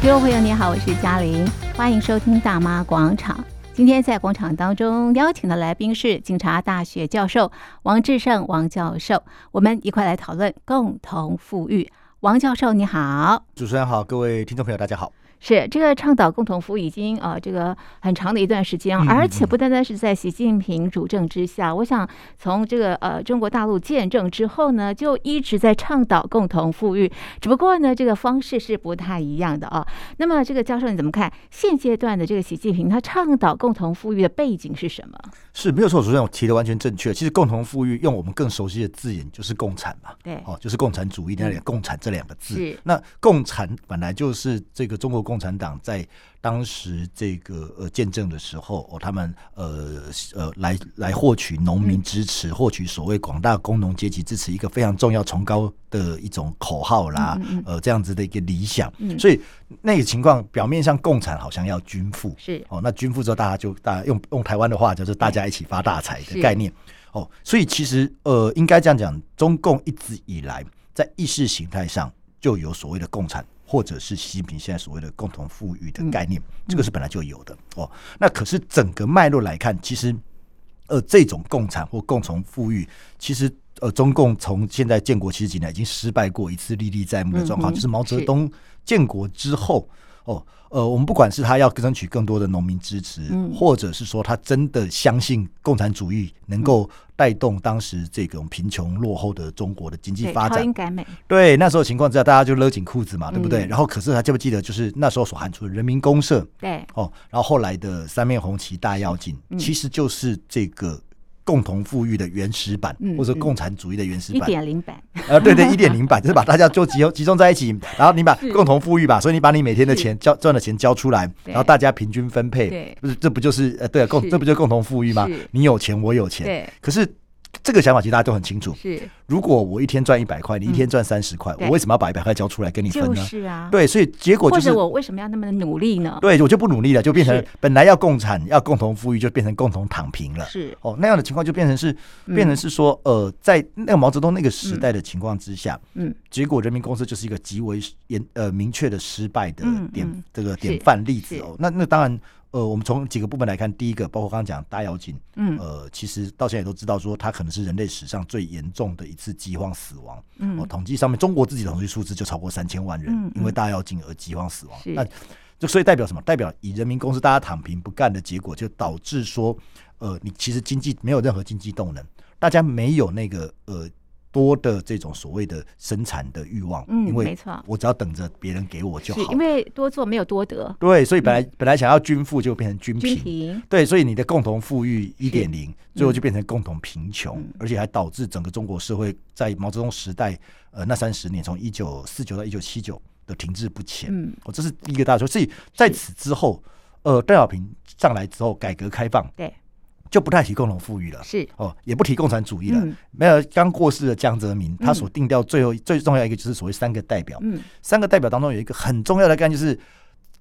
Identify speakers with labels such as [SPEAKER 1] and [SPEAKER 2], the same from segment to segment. [SPEAKER 1] 听众朋友，你好，我是嘉玲，欢迎收听《大妈广场》。今天在广场当中邀请的来宾是警察大学教授王志胜王教授，我们一块来讨论共同富裕。王教授你好，
[SPEAKER 2] 主持人好，各位听众朋友大家好。
[SPEAKER 1] 是这个倡导共同富裕已经呃这个很长的一段时间啊，
[SPEAKER 2] 嗯
[SPEAKER 1] 而且不单单是在习近平主政之下，我想从这个呃中国大陆建政之后呢，就一直在倡导共同富裕，只不过呢这个方式是不太一样的啊。那么这个教授你怎么看现阶段的这个习近平他倡导共同富裕的背景是什么？
[SPEAKER 2] 是没有错，主持人我提的完全正确。其实共同富裕，用我们更熟悉的字眼就是共产嘛，
[SPEAKER 1] 对，
[SPEAKER 2] 哦，就是共产主义那里
[SPEAKER 1] 嗯
[SPEAKER 2] 共产这两个字。
[SPEAKER 1] 是
[SPEAKER 2] 那共产本来就是这个中国共产党在当时这个呃见证的时候，哦，他们呃呃来来获取农民支持，
[SPEAKER 1] 嗯
[SPEAKER 2] 获取所谓广大工农阶级支持，一个非常重要崇高的一种口号啦，
[SPEAKER 1] 嗯嗯嗯
[SPEAKER 2] 呃这样子的一个理想。
[SPEAKER 1] 嗯
[SPEAKER 2] 所以那个情况表面上共产好像要均富，
[SPEAKER 1] 是
[SPEAKER 2] 哦，那均富之后，大家就大家用用台湾的话，就是大家一起发大财
[SPEAKER 1] 是
[SPEAKER 2] 的概念。哦，所以其实呃，应该这样讲，中共一直以来在意识形态上就有所谓的共产，或者是习近平现在所谓的共同富裕
[SPEAKER 1] 嗯
[SPEAKER 2] 的概念，这个是本来就有的。哦，那可是整个脉络来看，其实呃，这种共产或共同富裕，其实。呃，中共从现在建国七十几年已经失败过一次历历在目的状况，
[SPEAKER 1] 嗯哼
[SPEAKER 2] 就是毛泽
[SPEAKER 1] 是
[SPEAKER 2] 东建国之后，哦，呃，我们不管是他要争取更多的农民支持，
[SPEAKER 1] 嗯
[SPEAKER 2] 或者是说他真的相信共产主义能
[SPEAKER 1] 嗯
[SPEAKER 2] 够带动当时这种贫穷落后的中国的经济
[SPEAKER 1] 对，
[SPEAKER 2] 发
[SPEAKER 1] 超
[SPEAKER 2] 展
[SPEAKER 1] 英，赶美，
[SPEAKER 2] 对，那时候情况之下，大家就勒紧裤子嘛，对不对？
[SPEAKER 1] 嗯
[SPEAKER 2] 然后可是还记不记得，就是那时候所喊出的人民公社
[SPEAKER 1] 对，
[SPEAKER 2] 哦，然后后来的三面红旗大跃进，
[SPEAKER 1] 嗯
[SPEAKER 2] 其实就是这个。共同富裕的原始版，
[SPEAKER 1] 嗯
[SPEAKER 2] 或者
[SPEAKER 1] 嗯
[SPEAKER 2] 共产主义的原始
[SPEAKER 1] 一
[SPEAKER 2] 版，
[SPEAKER 1] 点零版，
[SPEAKER 2] 呃，对对，一点零版就是把大家就集中集中在一起，然后你把
[SPEAKER 1] 是
[SPEAKER 2] 共同富裕吧，所以你把你每天的
[SPEAKER 1] 是
[SPEAKER 2] 钱交赚的钱交出来，
[SPEAKER 1] 对
[SPEAKER 2] 然后大家平均分配
[SPEAKER 1] 对，
[SPEAKER 2] 不是这不就是呃对啊，共
[SPEAKER 1] 是
[SPEAKER 2] 这不就是共同富裕吗
[SPEAKER 1] 是？
[SPEAKER 2] 你有钱我有钱，
[SPEAKER 1] 对，
[SPEAKER 2] 可是这个想法其实大家都很清楚，
[SPEAKER 1] 是
[SPEAKER 2] 如果我一天赚一百块，你一天赚三十块，
[SPEAKER 1] 嗯对
[SPEAKER 2] 我为什么要把一百块交出来跟你分
[SPEAKER 1] 就
[SPEAKER 2] 呢？
[SPEAKER 1] 是啊，，
[SPEAKER 2] 对，所以结果
[SPEAKER 1] 或
[SPEAKER 2] 就是
[SPEAKER 1] 者我为什么要那么的努力呢？
[SPEAKER 2] 对我就不努力了，就变成
[SPEAKER 1] 是
[SPEAKER 2] 本来要共产要共同富裕，就变成共同躺平了。
[SPEAKER 1] 是，
[SPEAKER 2] 哦，那样的情况就变成是，
[SPEAKER 1] 嗯
[SPEAKER 2] 变成是说，呃，在那个毛泽东那个时代的情况之下，
[SPEAKER 1] 嗯，
[SPEAKER 2] 结果人民公社就是一个极为严呃明确的失败的
[SPEAKER 1] 嗯
[SPEAKER 2] 典、
[SPEAKER 1] 嗯
[SPEAKER 2] 这个
[SPEAKER 1] 是
[SPEAKER 2] 典范例子
[SPEAKER 1] 是
[SPEAKER 2] 哦。那那当然，呃，我们从几个部分来看，第一个包括刚刚讲大妖精，
[SPEAKER 1] 嗯
[SPEAKER 2] 呃，其实到现在也都知道说，它可能是人类史上最严重的一次饥荒死亡。
[SPEAKER 1] 嗯
[SPEAKER 2] 哦，统计上面中国自己统计数字就超过三千万人、
[SPEAKER 1] 嗯嗯
[SPEAKER 2] 因为大妖精而饥荒死亡。
[SPEAKER 1] 是
[SPEAKER 2] 那就所以代表什么？代表以人民公司大家躺平不干的结果，就导致说，呃，你其实经济没有任何经济动能，大家没有那个呃多的这种所谓的生产的欲望，
[SPEAKER 1] 嗯
[SPEAKER 2] 因
[SPEAKER 1] 没
[SPEAKER 2] 为
[SPEAKER 1] 错
[SPEAKER 2] 我只要等着别人给我就是好
[SPEAKER 1] 因。为嗯多做没有多得，
[SPEAKER 2] 对，所以本来、本来想要均富，就变成均
[SPEAKER 1] 均
[SPEAKER 2] 贫。
[SPEAKER 1] 平
[SPEAKER 2] 对，所以你的共同富裕一点零，最后
[SPEAKER 1] 嗯
[SPEAKER 2] 就变成共同贫穷，而且还导致整个中国社会在毛泽东时代，呃，那三十年从一九四九到一九七九的停滞不前。
[SPEAKER 1] 嗯
[SPEAKER 2] 哦，这是第一个大说。所以在此之后，呃，邓小平上来之后，改革开放
[SPEAKER 1] 对，
[SPEAKER 2] 就不太提共同富裕了。
[SPEAKER 1] 是，
[SPEAKER 2] 哦，也不提共产主义了。
[SPEAKER 1] 嗯
[SPEAKER 2] 没有刚过世的江泽民，他
[SPEAKER 1] 嗯
[SPEAKER 2] 所定调最后、最重要一个就是所谓三个代表。
[SPEAKER 1] 嗯，
[SPEAKER 2] 三个代表当中有一个很重要的概念，就是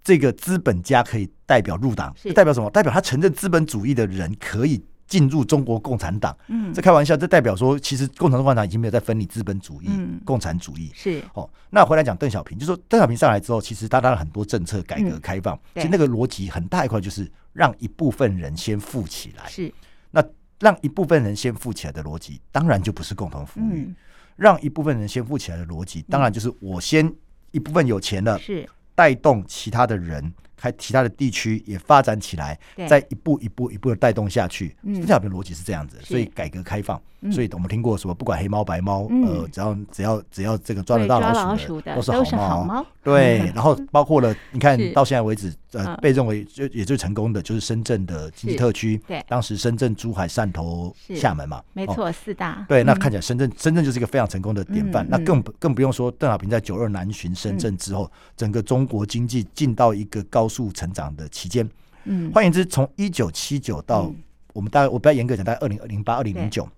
[SPEAKER 2] 这个资本家可以代表入党
[SPEAKER 1] 是，
[SPEAKER 2] 代表什么？代表他承认资本主义的人可以进入中国共产党。
[SPEAKER 1] 嗯
[SPEAKER 2] 这开玩笑，这代表说，其实共产共产党已经没有在分离资本主义、
[SPEAKER 1] 嗯
[SPEAKER 2] 共产主义。
[SPEAKER 1] 是，
[SPEAKER 2] 哦，那回来讲邓小平，就说邓小平上来之后，其实他当然很多政策改革
[SPEAKER 1] 嗯
[SPEAKER 2] 开放，
[SPEAKER 1] 对
[SPEAKER 2] 其实那个逻辑很大一块就是让一部分人先富起来，
[SPEAKER 1] 是，
[SPEAKER 2] 那让一部分人先富起来的逻辑，当然就不是共同富裕。
[SPEAKER 1] 嗯，
[SPEAKER 2] 让一部分人先富起来的逻辑，当然就是我先一部分有钱了，
[SPEAKER 1] 是，
[SPEAKER 2] 带动其他的人，开其他的地区也发展起来，
[SPEAKER 1] 对，
[SPEAKER 2] 再一步一步一步的带动下去。
[SPEAKER 1] 嗯
[SPEAKER 2] 邓小平的逻辑是这样子，
[SPEAKER 1] 是
[SPEAKER 2] 所以改革开放，
[SPEAKER 1] 嗯
[SPEAKER 2] 所以我们听过什么不管黑猫白猫，
[SPEAKER 1] 嗯
[SPEAKER 2] 呃，只要只要只要这个抓
[SPEAKER 1] 对
[SPEAKER 2] 得到
[SPEAKER 1] 抓
[SPEAKER 2] 老
[SPEAKER 1] 鼠
[SPEAKER 2] 鼠
[SPEAKER 1] 的
[SPEAKER 2] 都是
[SPEAKER 1] 都是好
[SPEAKER 2] 猫。
[SPEAKER 1] 猫，
[SPEAKER 2] 对， 然后包括了，你看
[SPEAKER 1] 是
[SPEAKER 2] 到现在为止，呃
[SPEAKER 1] 嗯，
[SPEAKER 2] 被认为就也最成功的就是深圳的经济
[SPEAKER 1] 是
[SPEAKER 2] 特区，
[SPEAKER 1] 对
[SPEAKER 2] 当时深圳、珠海、汕头、
[SPEAKER 1] 是
[SPEAKER 2] 厦门嘛，
[SPEAKER 1] 没
[SPEAKER 2] 哦
[SPEAKER 1] 错，四大，
[SPEAKER 2] 对，那
[SPEAKER 1] 嗯
[SPEAKER 2] 看起来深圳，深圳就是一个非常成功的典范。
[SPEAKER 1] 嗯
[SPEAKER 2] 那
[SPEAKER 1] 嗯
[SPEAKER 2] 更不更不用说邓小平在九二南巡深圳之后，整个中国经济进到一个高速成长的期间。
[SPEAKER 1] 嗯，
[SPEAKER 2] 换言之，从一九七九到、
[SPEAKER 1] 嗯
[SPEAKER 2] 我们大概我不要严格讲，大概二零零八、二零零九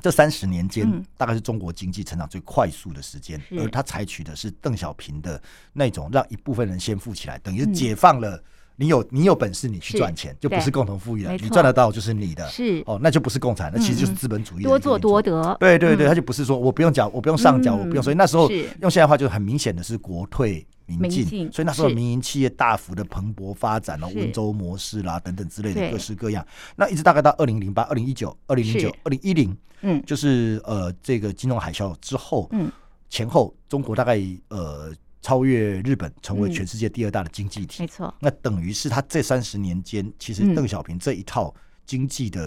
[SPEAKER 2] 这三十年间，
[SPEAKER 1] 嗯
[SPEAKER 2] 大概是中国经济成长最快速的时间
[SPEAKER 1] 是。
[SPEAKER 2] 而他采取的是邓小平的那种让一部分人先富起来，等于是
[SPEAKER 1] 嗯
[SPEAKER 2] 解放了、你有你有本事你
[SPEAKER 1] 是
[SPEAKER 2] 去赚钱，就不
[SPEAKER 1] 对
[SPEAKER 2] 是共同富裕了，
[SPEAKER 1] 没
[SPEAKER 2] 你
[SPEAKER 1] 错
[SPEAKER 2] 赚得到就是你的。
[SPEAKER 1] 是
[SPEAKER 2] 哦，那就不是共产，那其实就是
[SPEAKER 1] 嗯嗯
[SPEAKER 2] 资本主义的
[SPEAKER 1] 多
[SPEAKER 2] 一个
[SPEAKER 1] 做
[SPEAKER 2] 运
[SPEAKER 1] 多
[SPEAKER 2] 作
[SPEAKER 1] 得，
[SPEAKER 2] 对对
[SPEAKER 1] 嗯
[SPEAKER 2] 对，他就不是说我不用缴，我不用上缴，
[SPEAKER 1] 嗯
[SPEAKER 2] 我不用，所以那时候
[SPEAKER 1] 是
[SPEAKER 2] 用现在话就是很明显的是国退民
[SPEAKER 1] 民
[SPEAKER 2] 进，
[SPEAKER 1] 进
[SPEAKER 2] 所以那时候
[SPEAKER 1] 是
[SPEAKER 2] 民营企业大幅的蓬勃发展了，
[SPEAKER 1] 是
[SPEAKER 2] 温州模式啦等等之类
[SPEAKER 1] 对
[SPEAKER 2] 的各式各样。那一直大概到二零零八、二零一九、二零零
[SPEAKER 1] 是
[SPEAKER 2] 九、二零一零，
[SPEAKER 1] 嗯
[SPEAKER 2] 就是呃这个金融海啸之后，
[SPEAKER 1] 嗯，
[SPEAKER 2] 前后中国大概呃超越日本，成为
[SPEAKER 1] 嗯
[SPEAKER 2] 全世界第二大的经济体。
[SPEAKER 1] 没错，
[SPEAKER 2] 那等于是他这三十年间，其实
[SPEAKER 1] 嗯
[SPEAKER 2] 邓小平这一套经济的、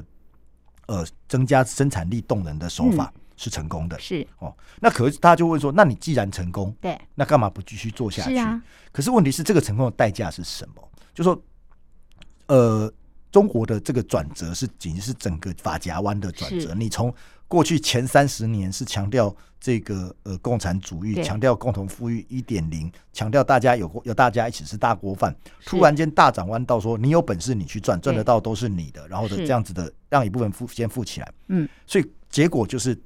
[SPEAKER 2] 呃增加生产力动能的手法
[SPEAKER 1] 嗯
[SPEAKER 2] 是成功的、
[SPEAKER 1] 是
[SPEAKER 2] 哦。那可是大家就问说，那你既然成功，
[SPEAKER 1] 对，
[SPEAKER 2] 那干嘛不继续做下去？
[SPEAKER 1] 是啊，
[SPEAKER 2] 可是问题是，这个成功的代价是什么？就说呃，中国的这个转折是仅是整个法夹湾的转
[SPEAKER 1] 是
[SPEAKER 2] 折，你从。过去前三十年是强调这个呃共产主义
[SPEAKER 1] 对，
[SPEAKER 2] 强调共同富裕一点零，强调大家有有大家一起是大锅饭，
[SPEAKER 1] 是
[SPEAKER 2] 突然间大转弯到说你有本事你去赚，赚得到都是你的，然后的
[SPEAKER 1] 是
[SPEAKER 2] 这样子的让一部分富先富起来，
[SPEAKER 1] 嗯，
[SPEAKER 2] 所以结果就是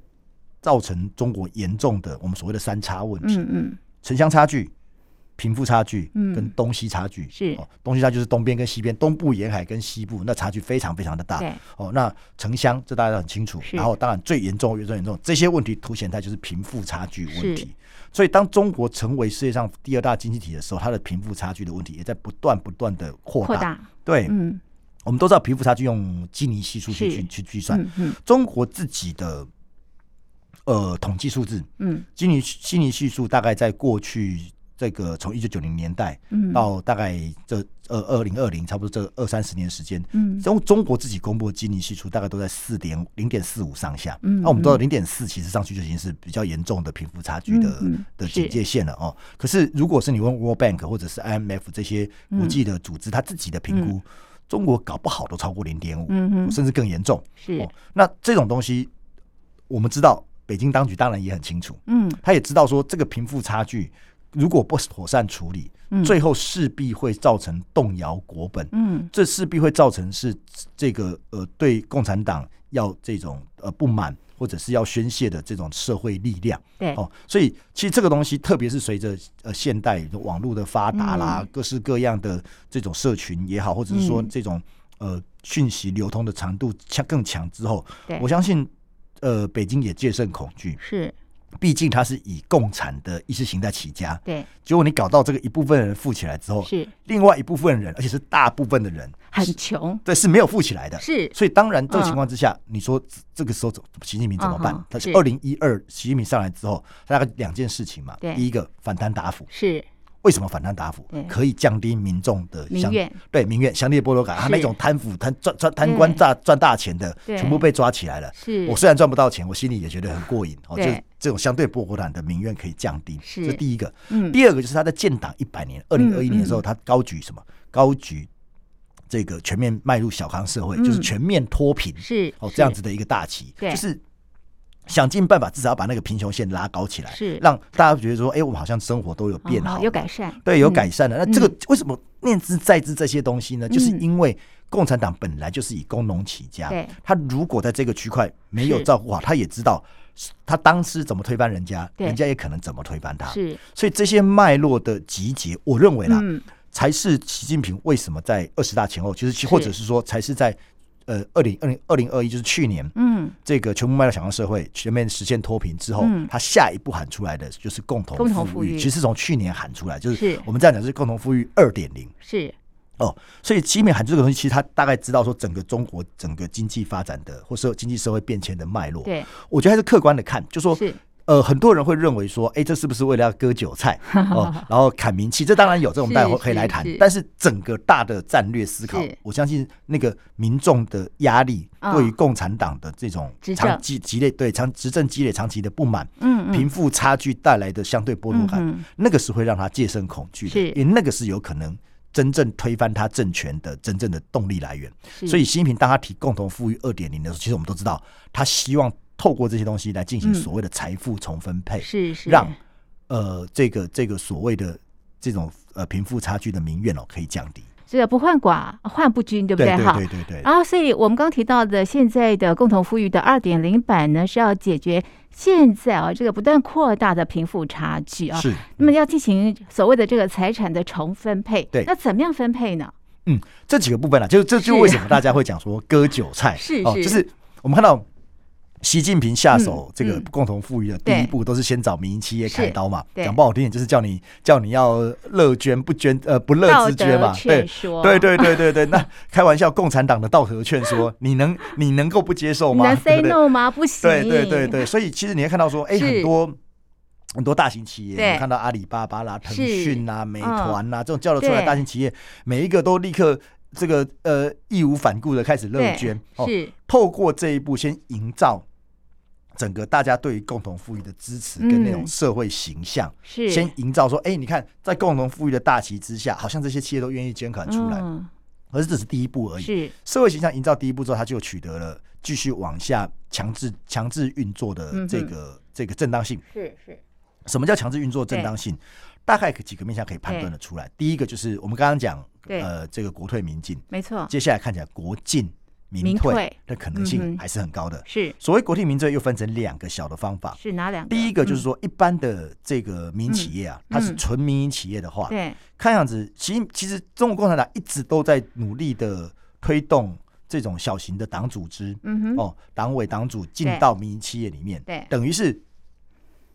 [SPEAKER 2] 造成中国严重的我们所谓的三差问题，
[SPEAKER 1] 嗯嗯，
[SPEAKER 2] 城乡差距、贫富差距
[SPEAKER 1] 嗯
[SPEAKER 2] 跟东西差距
[SPEAKER 1] 是
[SPEAKER 2] 哦，东西差距就是东边跟西边，东部沿海跟西部那差距非常非常的大
[SPEAKER 1] 对
[SPEAKER 2] 哦。那城乡这大家都很清楚，
[SPEAKER 1] 是
[SPEAKER 2] 然后当然最严重、最严重这些问题凸显在就是贫富差距问
[SPEAKER 1] 是
[SPEAKER 2] 题。所以当中国成为世界上第二大经济体的时候，它的贫富差距的问题也在不断不断的扩
[SPEAKER 1] 扩大，
[SPEAKER 2] 对，
[SPEAKER 1] 嗯
[SPEAKER 2] 我们都知道贫富差距用基尼系数去
[SPEAKER 1] 是
[SPEAKER 2] 去去计算，
[SPEAKER 1] 嗯嗯
[SPEAKER 2] 中国自己的呃统计数字。
[SPEAKER 1] 嗯
[SPEAKER 2] 基尼基尼系数大概在过去这个从一九九零年代
[SPEAKER 1] 嗯，
[SPEAKER 2] 到大概这呃二零二零，差不多这二三十年时间，
[SPEAKER 1] 嗯
[SPEAKER 2] 中中国自己公布的基尼系数大概都在四点零点四五上下。
[SPEAKER 1] 嗯
[SPEAKER 2] 那我们知道零点四其实上去就已经是比较严重的贫富差距的
[SPEAKER 1] 嗯嗯
[SPEAKER 2] 的
[SPEAKER 1] 是
[SPEAKER 2] 警戒线了哦。可是如果是你问 World Bank 或者是 IMF 这些
[SPEAKER 1] 嗯
[SPEAKER 2] 国际的组织，他自己的评估，中国搞不好都超过零点五，
[SPEAKER 1] 嗯哼
[SPEAKER 2] 甚至更严重。
[SPEAKER 1] 是
[SPEAKER 2] 哦，那这种东西我们知道，北京当局当然也很清楚，
[SPEAKER 1] 嗯
[SPEAKER 2] 他也知道说这个贫富差距如果不妥善处理，
[SPEAKER 1] 嗯
[SPEAKER 2] 最后势必会造成动摇国本，
[SPEAKER 1] 嗯
[SPEAKER 2] 这势必会造成是这个呃对共产党要这种呃不满或者是要宣泄的这种社会力量。
[SPEAKER 1] 对
[SPEAKER 2] 哦，所以其实这个东西，特别是随着呃现代的网络的发达啦，
[SPEAKER 1] 嗯
[SPEAKER 2] 各式各样的这种社群也好，或者是说
[SPEAKER 1] 嗯
[SPEAKER 2] 这种、呃讯息流通的长度强更强之后
[SPEAKER 1] 对，
[SPEAKER 2] 我相信呃北京也戒慎恐惧，
[SPEAKER 1] 是
[SPEAKER 2] 毕竟它是以共产的意识形态起家，
[SPEAKER 1] 对
[SPEAKER 2] 结果你搞到这个一部分人富起来之后，
[SPEAKER 1] 是
[SPEAKER 2] 另外一部分人，而且是大部分的人，
[SPEAKER 1] 很穷
[SPEAKER 2] 对，是没有富起来的。
[SPEAKER 1] 是
[SPEAKER 2] 所以当然，这个
[SPEAKER 1] 嗯
[SPEAKER 2] 情况之下，你说这这个时候怎习近平怎么办
[SPEAKER 1] 嗯哼？
[SPEAKER 2] 他是
[SPEAKER 1] 是
[SPEAKER 2] 二零一二习近平上来之后，他大概两件事情嘛
[SPEAKER 1] 对。
[SPEAKER 2] 第一个反弹打腐，
[SPEAKER 1] 是
[SPEAKER 2] 为什么反弹打腐
[SPEAKER 1] 对？
[SPEAKER 2] 可以降低民众的
[SPEAKER 1] 民
[SPEAKER 2] 相
[SPEAKER 1] 怨，
[SPEAKER 2] 对民怨、强烈剥夺感。他
[SPEAKER 1] 是
[SPEAKER 2] 那种贪腐、贪赚赚贪官大赚大钱的，
[SPEAKER 1] 对
[SPEAKER 2] 全部被抓起来了。
[SPEAKER 1] 是
[SPEAKER 2] 我虽然赚不到钱，我心里也觉得很过瘾哦。就
[SPEAKER 1] 对
[SPEAKER 2] 是这种相对剥夺感的民怨可以降低，
[SPEAKER 1] 是
[SPEAKER 2] 这是第一个。
[SPEAKER 1] 嗯
[SPEAKER 2] 第二个就是他在建党一百年，二零二一年的时候，他高举什么？
[SPEAKER 1] 嗯
[SPEAKER 2] 高举这个全面迈入小康社会，
[SPEAKER 1] 嗯
[SPEAKER 2] 就是全面脱贫，
[SPEAKER 1] 是
[SPEAKER 2] 哦
[SPEAKER 1] 是
[SPEAKER 2] 这样子的一个大旗，
[SPEAKER 1] 对
[SPEAKER 2] 就是想尽办法，至少要把那个贫穷线拉高起来，
[SPEAKER 1] 是
[SPEAKER 2] 让大家觉得说，哎、我们好像生活都有
[SPEAKER 1] 哦
[SPEAKER 2] 变好了，
[SPEAKER 1] 有改善
[SPEAKER 2] 对，有
[SPEAKER 1] 嗯
[SPEAKER 2] 改善了。那这个为什么念之在之这些东西呢？就是因为共产党本来就是以工农起家
[SPEAKER 1] 对，
[SPEAKER 2] 他如果在这个区块没有
[SPEAKER 1] 是
[SPEAKER 2] 照顾好，他也知道他当时怎么推翻人家，
[SPEAKER 1] 对
[SPEAKER 2] 人家也可能怎么推翻他。
[SPEAKER 1] 是
[SPEAKER 2] 所以这些脉络的集结，我认为啦，
[SPEAKER 1] 嗯
[SPEAKER 2] 才是习近平为什么在二十大前后，就是其或者是说才是在呃二零二零二零二一，就是去年。
[SPEAKER 1] 嗯
[SPEAKER 2] 这个全部迈到小康社会，全面实现脱贫之后，
[SPEAKER 1] 嗯
[SPEAKER 2] 他下一步喊出来的就是共同
[SPEAKER 1] 共同富
[SPEAKER 2] 富
[SPEAKER 1] 裕
[SPEAKER 2] 裕。其实从去年喊出来，就是是我们这样讲是共同富裕二点零
[SPEAKER 1] 是
[SPEAKER 2] 哦。所以习近平喊出这个东西，其实他大概知道说整个中国整个经济发展的或是经济社会变迁的脉络。
[SPEAKER 1] 对
[SPEAKER 2] 我觉得还是客观的看，就说
[SPEAKER 1] 是
[SPEAKER 2] 呃，很多人会认为说，哎，这是不是为了要割韭菜 哦，然后砍名气？这当然有，这种
[SPEAKER 1] 是
[SPEAKER 2] 待会可以来谈
[SPEAKER 1] 是是。
[SPEAKER 2] 但是整个大的战略思考
[SPEAKER 1] 是，
[SPEAKER 2] 我相信那个民众的压力，
[SPEAKER 1] 嗯
[SPEAKER 2] 对于共产党的这种
[SPEAKER 1] 执政
[SPEAKER 2] 长期积累，对长执政积累长期的不满，
[SPEAKER 1] 嗯嗯
[SPEAKER 2] 贫富差距带来的相对剥夺
[SPEAKER 1] 嗯哼
[SPEAKER 2] 感，那个是会让他戒慎恐惧的
[SPEAKER 1] 是，
[SPEAKER 2] 因为那个是有可能真正推翻他政权的真正的动力来源。
[SPEAKER 1] 是
[SPEAKER 2] 所以习近平当他提共同富裕二点零的时候，其实我们都知道，他希望透过这些东西来进行
[SPEAKER 1] 嗯
[SPEAKER 2] 所谓的财富重分配，
[SPEAKER 1] 是是
[SPEAKER 2] 让呃这个这个所谓的这种呃贫富差距的民怨哦可以降低。
[SPEAKER 1] 这个不患寡患不均，对不
[SPEAKER 2] 对
[SPEAKER 1] 哈？
[SPEAKER 2] 对对对
[SPEAKER 1] 然后，所以我们刚提到的现在的共同富裕的二点零版呢，是要解决现在啊这个不断扩大的贫富差距啊
[SPEAKER 2] 对，。是
[SPEAKER 1] 那么要进行所谓的这个财产的重分配，
[SPEAKER 2] 对
[SPEAKER 1] 那怎么样分配呢？
[SPEAKER 2] 嗯，这几个部分啦，就是这就是为什么大家会讲说割韭菜，
[SPEAKER 1] 是
[SPEAKER 2] 哦，
[SPEAKER 1] 是
[SPEAKER 2] 就是我们看到习近平下手
[SPEAKER 1] 嗯
[SPEAKER 2] 这个
[SPEAKER 1] 嗯
[SPEAKER 2] 共同富裕的第一步，都是先找民营企业开刀嘛。
[SPEAKER 1] 对
[SPEAKER 2] 讲不好听，就是叫你叫你要乐捐不捐，呃，不乐
[SPEAKER 1] 道
[SPEAKER 2] 自捐
[SPEAKER 1] 德
[SPEAKER 2] 嘛。对
[SPEAKER 1] 劝，说，
[SPEAKER 2] 对，对对对对。那开玩笑，共产党的道德 劝说，你能你能够不接受
[SPEAKER 1] 你
[SPEAKER 2] 吗？
[SPEAKER 1] 能
[SPEAKER 2] 对
[SPEAKER 1] say
[SPEAKER 2] 不对
[SPEAKER 1] no 吗？不行，
[SPEAKER 2] 对对对，对，所以其实你会看到说，哎、
[SPEAKER 1] 是
[SPEAKER 2] 很多很多大型企业，
[SPEAKER 1] 对嗯
[SPEAKER 2] 你看到阿里巴巴啦、腾讯啦、美团啦、这种叫得出
[SPEAKER 1] 对
[SPEAKER 2] 来大型企业，每一个都立刻这个呃义无反顾的开始乐
[SPEAKER 1] 对
[SPEAKER 2] 捐，哦
[SPEAKER 1] 是
[SPEAKER 2] 透过这一步先营造。整个大家对于共同富裕的支持跟那种
[SPEAKER 1] 嗯
[SPEAKER 2] 社会形象，
[SPEAKER 1] 是，
[SPEAKER 2] 先营造说，哎、你看，在共同富裕的大旗之下，好像这些企业都愿意捐款出来，
[SPEAKER 1] 嗯
[SPEAKER 2] 可是这只是第一步而已。
[SPEAKER 1] 是
[SPEAKER 2] 社会形象营造第一步之后，他就取得了继续往下强制强制运作
[SPEAKER 1] 嗯
[SPEAKER 2] 的这个、这个正当性。
[SPEAKER 1] 是是，
[SPEAKER 2] 什么叫强制运作正当性？大概几个面向可以判断的出来。第一个就是我们刚刚讲，
[SPEAKER 1] 对
[SPEAKER 2] 呃，这个国退民进，
[SPEAKER 1] 没错，
[SPEAKER 2] 接下来看起来国进民
[SPEAKER 1] 民
[SPEAKER 2] 退
[SPEAKER 1] 退
[SPEAKER 2] 的可能
[SPEAKER 1] 嗯
[SPEAKER 2] 性
[SPEAKER 1] 哼
[SPEAKER 2] 还是很高的。
[SPEAKER 1] 是
[SPEAKER 2] 所谓国退民退，又分成两个小的方法。
[SPEAKER 1] 是哪两个？
[SPEAKER 2] 啊第一个就是
[SPEAKER 1] 嗯
[SPEAKER 2] 说，一般的这个民营企业啊，它是纯民营企业的话，
[SPEAKER 1] 嗯对
[SPEAKER 2] 看样子，其实其实中国共产党一直都在努力的推动这种小型的党组织、
[SPEAKER 1] 嗯哼，
[SPEAKER 2] 哦，党委党组进
[SPEAKER 1] 对
[SPEAKER 2] 到民营企业里面，
[SPEAKER 1] 对
[SPEAKER 2] 等于是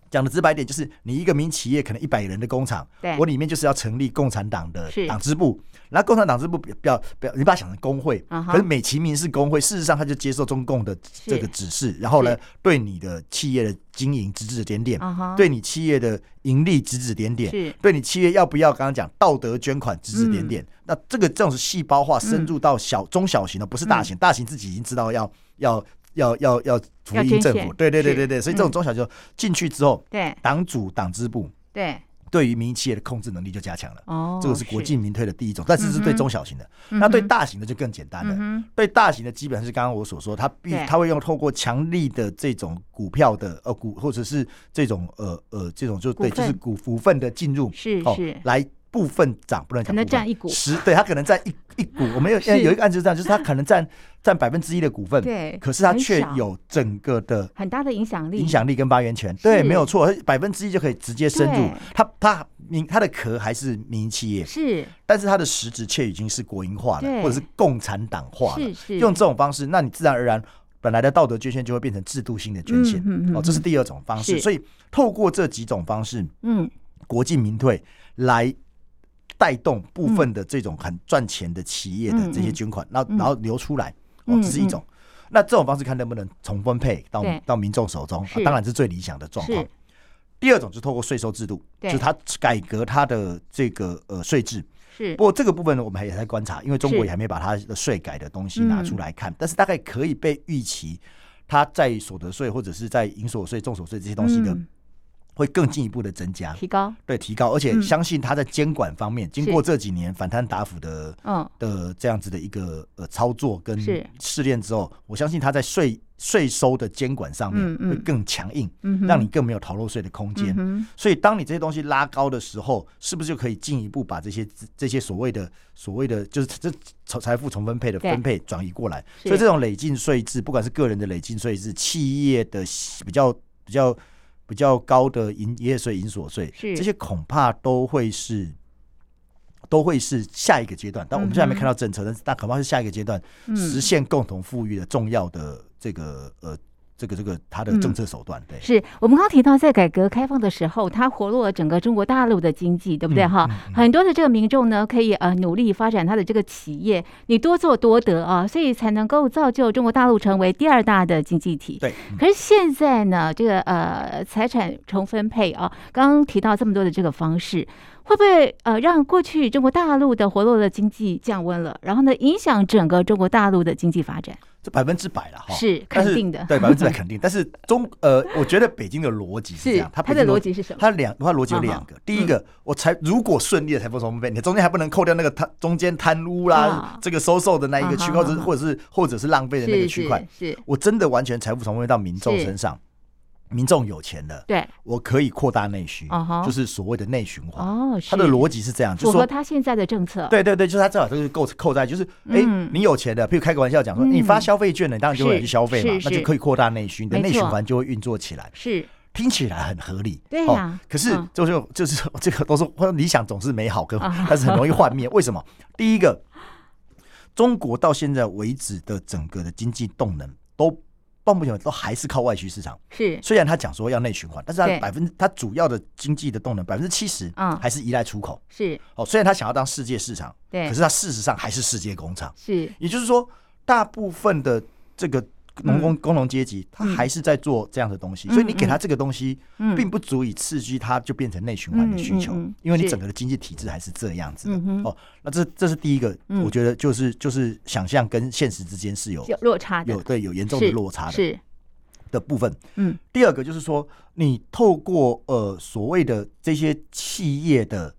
[SPEAKER 2] 讲的直白一点，就是你一个民营企业可能一百人的工厂，
[SPEAKER 1] 对
[SPEAKER 2] 我里面就是要成立共产党的
[SPEAKER 1] 是
[SPEAKER 2] 党支部，然后共产党支部不要不要，你把它想成工会，
[SPEAKER 1] 啊哈
[SPEAKER 2] 可是美其名是工会，事实上他就接受中共的
[SPEAKER 1] 是
[SPEAKER 2] 这个指示，然后呢
[SPEAKER 1] 是，
[SPEAKER 2] 对你的企业的经营指指点点，
[SPEAKER 1] 啊哈，
[SPEAKER 2] 对你企业的盈利指指点点，
[SPEAKER 1] 是
[SPEAKER 2] 对你企业要不要刚刚讲道德捐款指指点点，那这个这种是细胞化深入到小、中小型的，不是大型，大型自己已经知道要要要要要福
[SPEAKER 1] 要
[SPEAKER 2] 利
[SPEAKER 1] 捐
[SPEAKER 2] 政
[SPEAKER 1] 献
[SPEAKER 2] 府，对对对
[SPEAKER 1] 是
[SPEAKER 2] 对对，所以这种中小型进去之后，
[SPEAKER 1] 对
[SPEAKER 2] 党组党支部
[SPEAKER 1] 对
[SPEAKER 2] 对于民营企业的控制能力就加强了。
[SPEAKER 1] 哦，
[SPEAKER 2] 这个是国进民退的第一种，但是是对中小型的。
[SPEAKER 1] 嗯哼
[SPEAKER 2] 那对大型的就更简单了。
[SPEAKER 1] 嗯哼
[SPEAKER 2] 对大型的基本上是刚刚我所说，它必
[SPEAKER 1] 对
[SPEAKER 2] 它会用透过强力的这种股票的呃股或者是这种呃呃这种就对
[SPEAKER 1] 股
[SPEAKER 2] 就
[SPEAKER 1] 份
[SPEAKER 2] 是股股份的进入哦
[SPEAKER 1] 是是
[SPEAKER 2] 来部分涨不能
[SPEAKER 1] 可
[SPEAKER 2] 讲
[SPEAKER 1] 能
[SPEAKER 2] 部分
[SPEAKER 1] 占一股
[SPEAKER 2] 十对它可能占一一股，我们有
[SPEAKER 1] 是
[SPEAKER 2] 有一个案子是这样，就是它可能占占百分之一的股份，
[SPEAKER 1] 对
[SPEAKER 2] 可是它
[SPEAKER 1] 很
[SPEAKER 2] 却
[SPEAKER 1] 少
[SPEAKER 2] 有整个的
[SPEAKER 1] 很大的影响力，
[SPEAKER 2] 影响力跟发言权，对，
[SPEAKER 1] 是
[SPEAKER 2] 没有错，百分之一就可以直接深入
[SPEAKER 1] 对。
[SPEAKER 2] 它它民它的壳还是民营企业，
[SPEAKER 1] 是
[SPEAKER 2] 但是它的实质却已经是国营化了，
[SPEAKER 1] 对
[SPEAKER 2] 或者是共产党化了。
[SPEAKER 1] 是是
[SPEAKER 2] 用这种方式，那你自然而然本来的道德捐献就会变成制度性的捐献。
[SPEAKER 1] 嗯嗯嗯
[SPEAKER 2] 哦，这是第二种方式。
[SPEAKER 1] 是
[SPEAKER 2] 所以透过这几种方式，
[SPEAKER 1] 嗯
[SPEAKER 2] 国进民退来。带动部分的这种很赚钱的企业的这些捐款，然后然后流出来，哦，
[SPEAKER 1] 嗯
[SPEAKER 2] 这是一种。那这种方式看能不能重分配到
[SPEAKER 1] 对
[SPEAKER 2] 到民众手中、啊
[SPEAKER 1] 是
[SPEAKER 2] 当然是最理想的状况
[SPEAKER 1] 是。
[SPEAKER 2] 第二种就是透过税收制度，就
[SPEAKER 1] 对
[SPEAKER 2] 是它改革它的这个呃税制，
[SPEAKER 1] 是
[SPEAKER 2] 不过这个部分呢，我们还也在观察，因为中国
[SPEAKER 1] 是嗯
[SPEAKER 2] 也还没把它的税改的东西拿出来看，但是大概可以被预期，它在所得税或者是在营所税、重所税这些东西的、
[SPEAKER 1] 嗯
[SPEAKER 2] 会更进一步的增加，
[SPEAKER 1] 提高，
[SPEAKER 2] 对提高，而且
[SPEAKER 1] 嗯
[SPEAKER 2] 相信它在监管方面，经过这几年反贪打腐的
[SPEAKER 1] 嗯
[SPEAKER 2] 的这样子的一个呃操作跟
[SPEAKER 1] 是
[SPEAKER 2] 试炼之后，我相信它在税税收的监管上面
[SPEAKER 1] 嗯嗯
[SPEAKER 2] 会更强硬，
[SPEAKER 1] 嗯哼，
[SPEAKER 2] 让你更没有逃漏税的空间。
[SPEAKER 1] 嗯哼
[SPEAKER 2] 所以，当你这些东西拉高的时候，是不是就可以进一步把这些资这些所谓的所谓的就是这这财富重分配的
[SPEAKER 1] 对
[SPEAKER 2] 分配转移过来？
[SPEAKER 1] 是
[SPEAKER 2] 所以，这种累进税制，不管是个人的累进税制，企业的比较比较比较高的营业税、营所税，
[SPEAKER 1] 是
[SPEAKER 2] 这些恐怕都会是都会是下一个阶段。但我们现在还没看到政策，但是但恐怕是下一个阶段、
[SPEAKER 1] 嗯
[SPEAKER 2] 实现共同富裕的重要的这个呃这个这个它
[SPEAKER 1] 嗯
[SPEAKER 2] 的政策手段。对，
[SPEAKER 1] 是我们刚刚提到，在改革开放的时候，它活络了整个中国大陆的经济，对不对
[SPEAKER 2] 嗯
[SPEAKER 1] 哈？很多的这个民众呢，可以呃努力发展他的这个企业，你多做多得啊，所以才能够造就中国大陆成为第二大的经济体。
[SPEAKER 2] 对，嗯
[SPEAKER 1] 可是现在呢，这个呃财产重分配啊，刚刚提到这么多的这个方式，会不会呃让过去中国大陆的活络的经济降温了，然后呢影响整个中国大陆的经济发展？
[SPEAKER 2] 这百分之百了哈。
[SPEAKER 1] 是
[SPEAKER 2] 但是
[SPEAKER 1] 肯定的，
[SPEAKER 2] 对，百分之 百肯定。但是中呃，我觉得北京的逻辑是这
[SPEAKER 1] 是
[SPEAKER 2] 样，
[SPEAKER 1] 它
[SPEAKER 2] 北
[SPEAKER 1] 的
[SPEAKER 2] 京
[SPEAKER 1] 逻辑是啊什么？
[SPEAKER 2] 它两它逻辑有两个，第一
[SPEAKER 1] 嗯
[SPEAKER 2] 个，我才如果顺利的财富重分配，你中间还不能扣掉那个贪中间贪污啦
[SPEAKER 1] 啊，
[SPEAKER 2] 这个收受的那一个
[SPEAKER 1] 啊
[SPEAKER 2] 区
[SPEAKER 1] 哈
[SPEAKER 2] 块，或者
[SPEAKER 1] 哈哈
[SPEAKER 2] 或者是或者是浪费的那个
[SPEAKER 1] 是
[SPEAKER 2] 区
[SPEAKER 1] 是
[SPEAKER 2] 块，
[SPEAKER 1] 是，
[SPEAKER 2] 我真的完全财富重分配到民众
[SPEAKER 1] 是
[SPEAKER 2] 身上，民众有钱了，
[SPEAKER 1] 对，
[SPEAKER 2] 我可以扩大内需
[SPEAKER 1] 啊哈，
[SPEAKER 2] 就是所谓的内循环。
[SPEAKER 1] 哦，是
[SPEAKER 2] 它的逻辑是这样，就
[SPEAKER 1] 符
[SPEAKER 2] 是
[SPEAKER 1] 合
[SPEAKER 2] 说
[SPEAKER 1] 他现在的政策，
[SPEAKER 2] 对对对，就是他正好就是扣扣在，就是哎、
[SPEAKER 1] 嗯
[SPEAKER 2] 你有钱的，譬如开个玩笑讲说，
[SPEAKER 1] 嗯
[SPEAKER 2] 你发消费券了，你当然就会有去
[SPEAKER 1] 是
[SPEAKER 2] 消费嘛
[SPEAKER 1] 是，
[SPEAKER 2] 那就是可以扩大内需，你的
[SPEAKER 1] 没
[SPEAKER 2] 内循
[SPEAKER 1] 错
[SPEAKER 2] 环就会运作起来，
[SPEAKER 1] 是
[SPEAKER 2] 听起来很合理。
[SPEAKER 1] 对
[SPEAKER 2] 哦
[SPEAKER 1] 呀，
[SPEAKER 2] 可是
[SPEAKER 1] 嗯
[SPEAKER 2] 就是就是 这个都是理想总是美好 跟
[SPEAKER 1] 啊，
[SPEAKER 2] 但是很容易幻灭。为什么？第一个，中国到现在为止的整个的经济动能都半部前都还是靠外需市场。
[SPEAKER 1] 是
[SPEAKER 2] 虽然他讲说要内循环，但是
[SPEAKER 1] 对
[SPEAKER 2] 他百分之他主要的经济的动能百分之七十
[SPEAKER 1] 嗯
[SPEAKER 2] 还是依赖出口。
[SPEAKER 1] 是
[SPEAKER 2] 哦，虽然他想要当世界市场，
[SPEAKER 1] 对
[SPEAKER 2] 可是他事实上还是世界工厂。
[SPEAKER 1] 是
[SPEAKER 2] 也就是说，大部分的这个农工工农阶级，他还是在做这样的东西，
[SPEAKER 1] 嗯
[SPEAKER 2] 所以你给他这个东西，
[SPEAKER 1] 嗯
[SPEAKER 2] 并不足以刺激他就变成内循环的需求，
[SPEAKER 1] 嗯嗯嗯
[SPEAKER 2] 因为你
[SPEAKER 1] 是
[SPEAKER 2] 整个的经济体制还是这样子的。
[SPEAKER 1] 嗯哼
[SPEAKER 2] 哦，那这这是第一个，
[SPEAKER 1] 嗯
[SPEAKER 2] 我觉得就是就是想象跟现实之间是有
[SPEAKER 1] 有落差的，
[SPEAKER 2] 有对有严重的
[SPEAKER 1] 是
[SPEAKER 2] 落差的
[SPEAKER 1] 是
[SPEAKER 2] 的部分。
[SPEAKER 1] 嗯
[SPEAKER 2] 第二个就是说，你透过呃所谓的这些企业的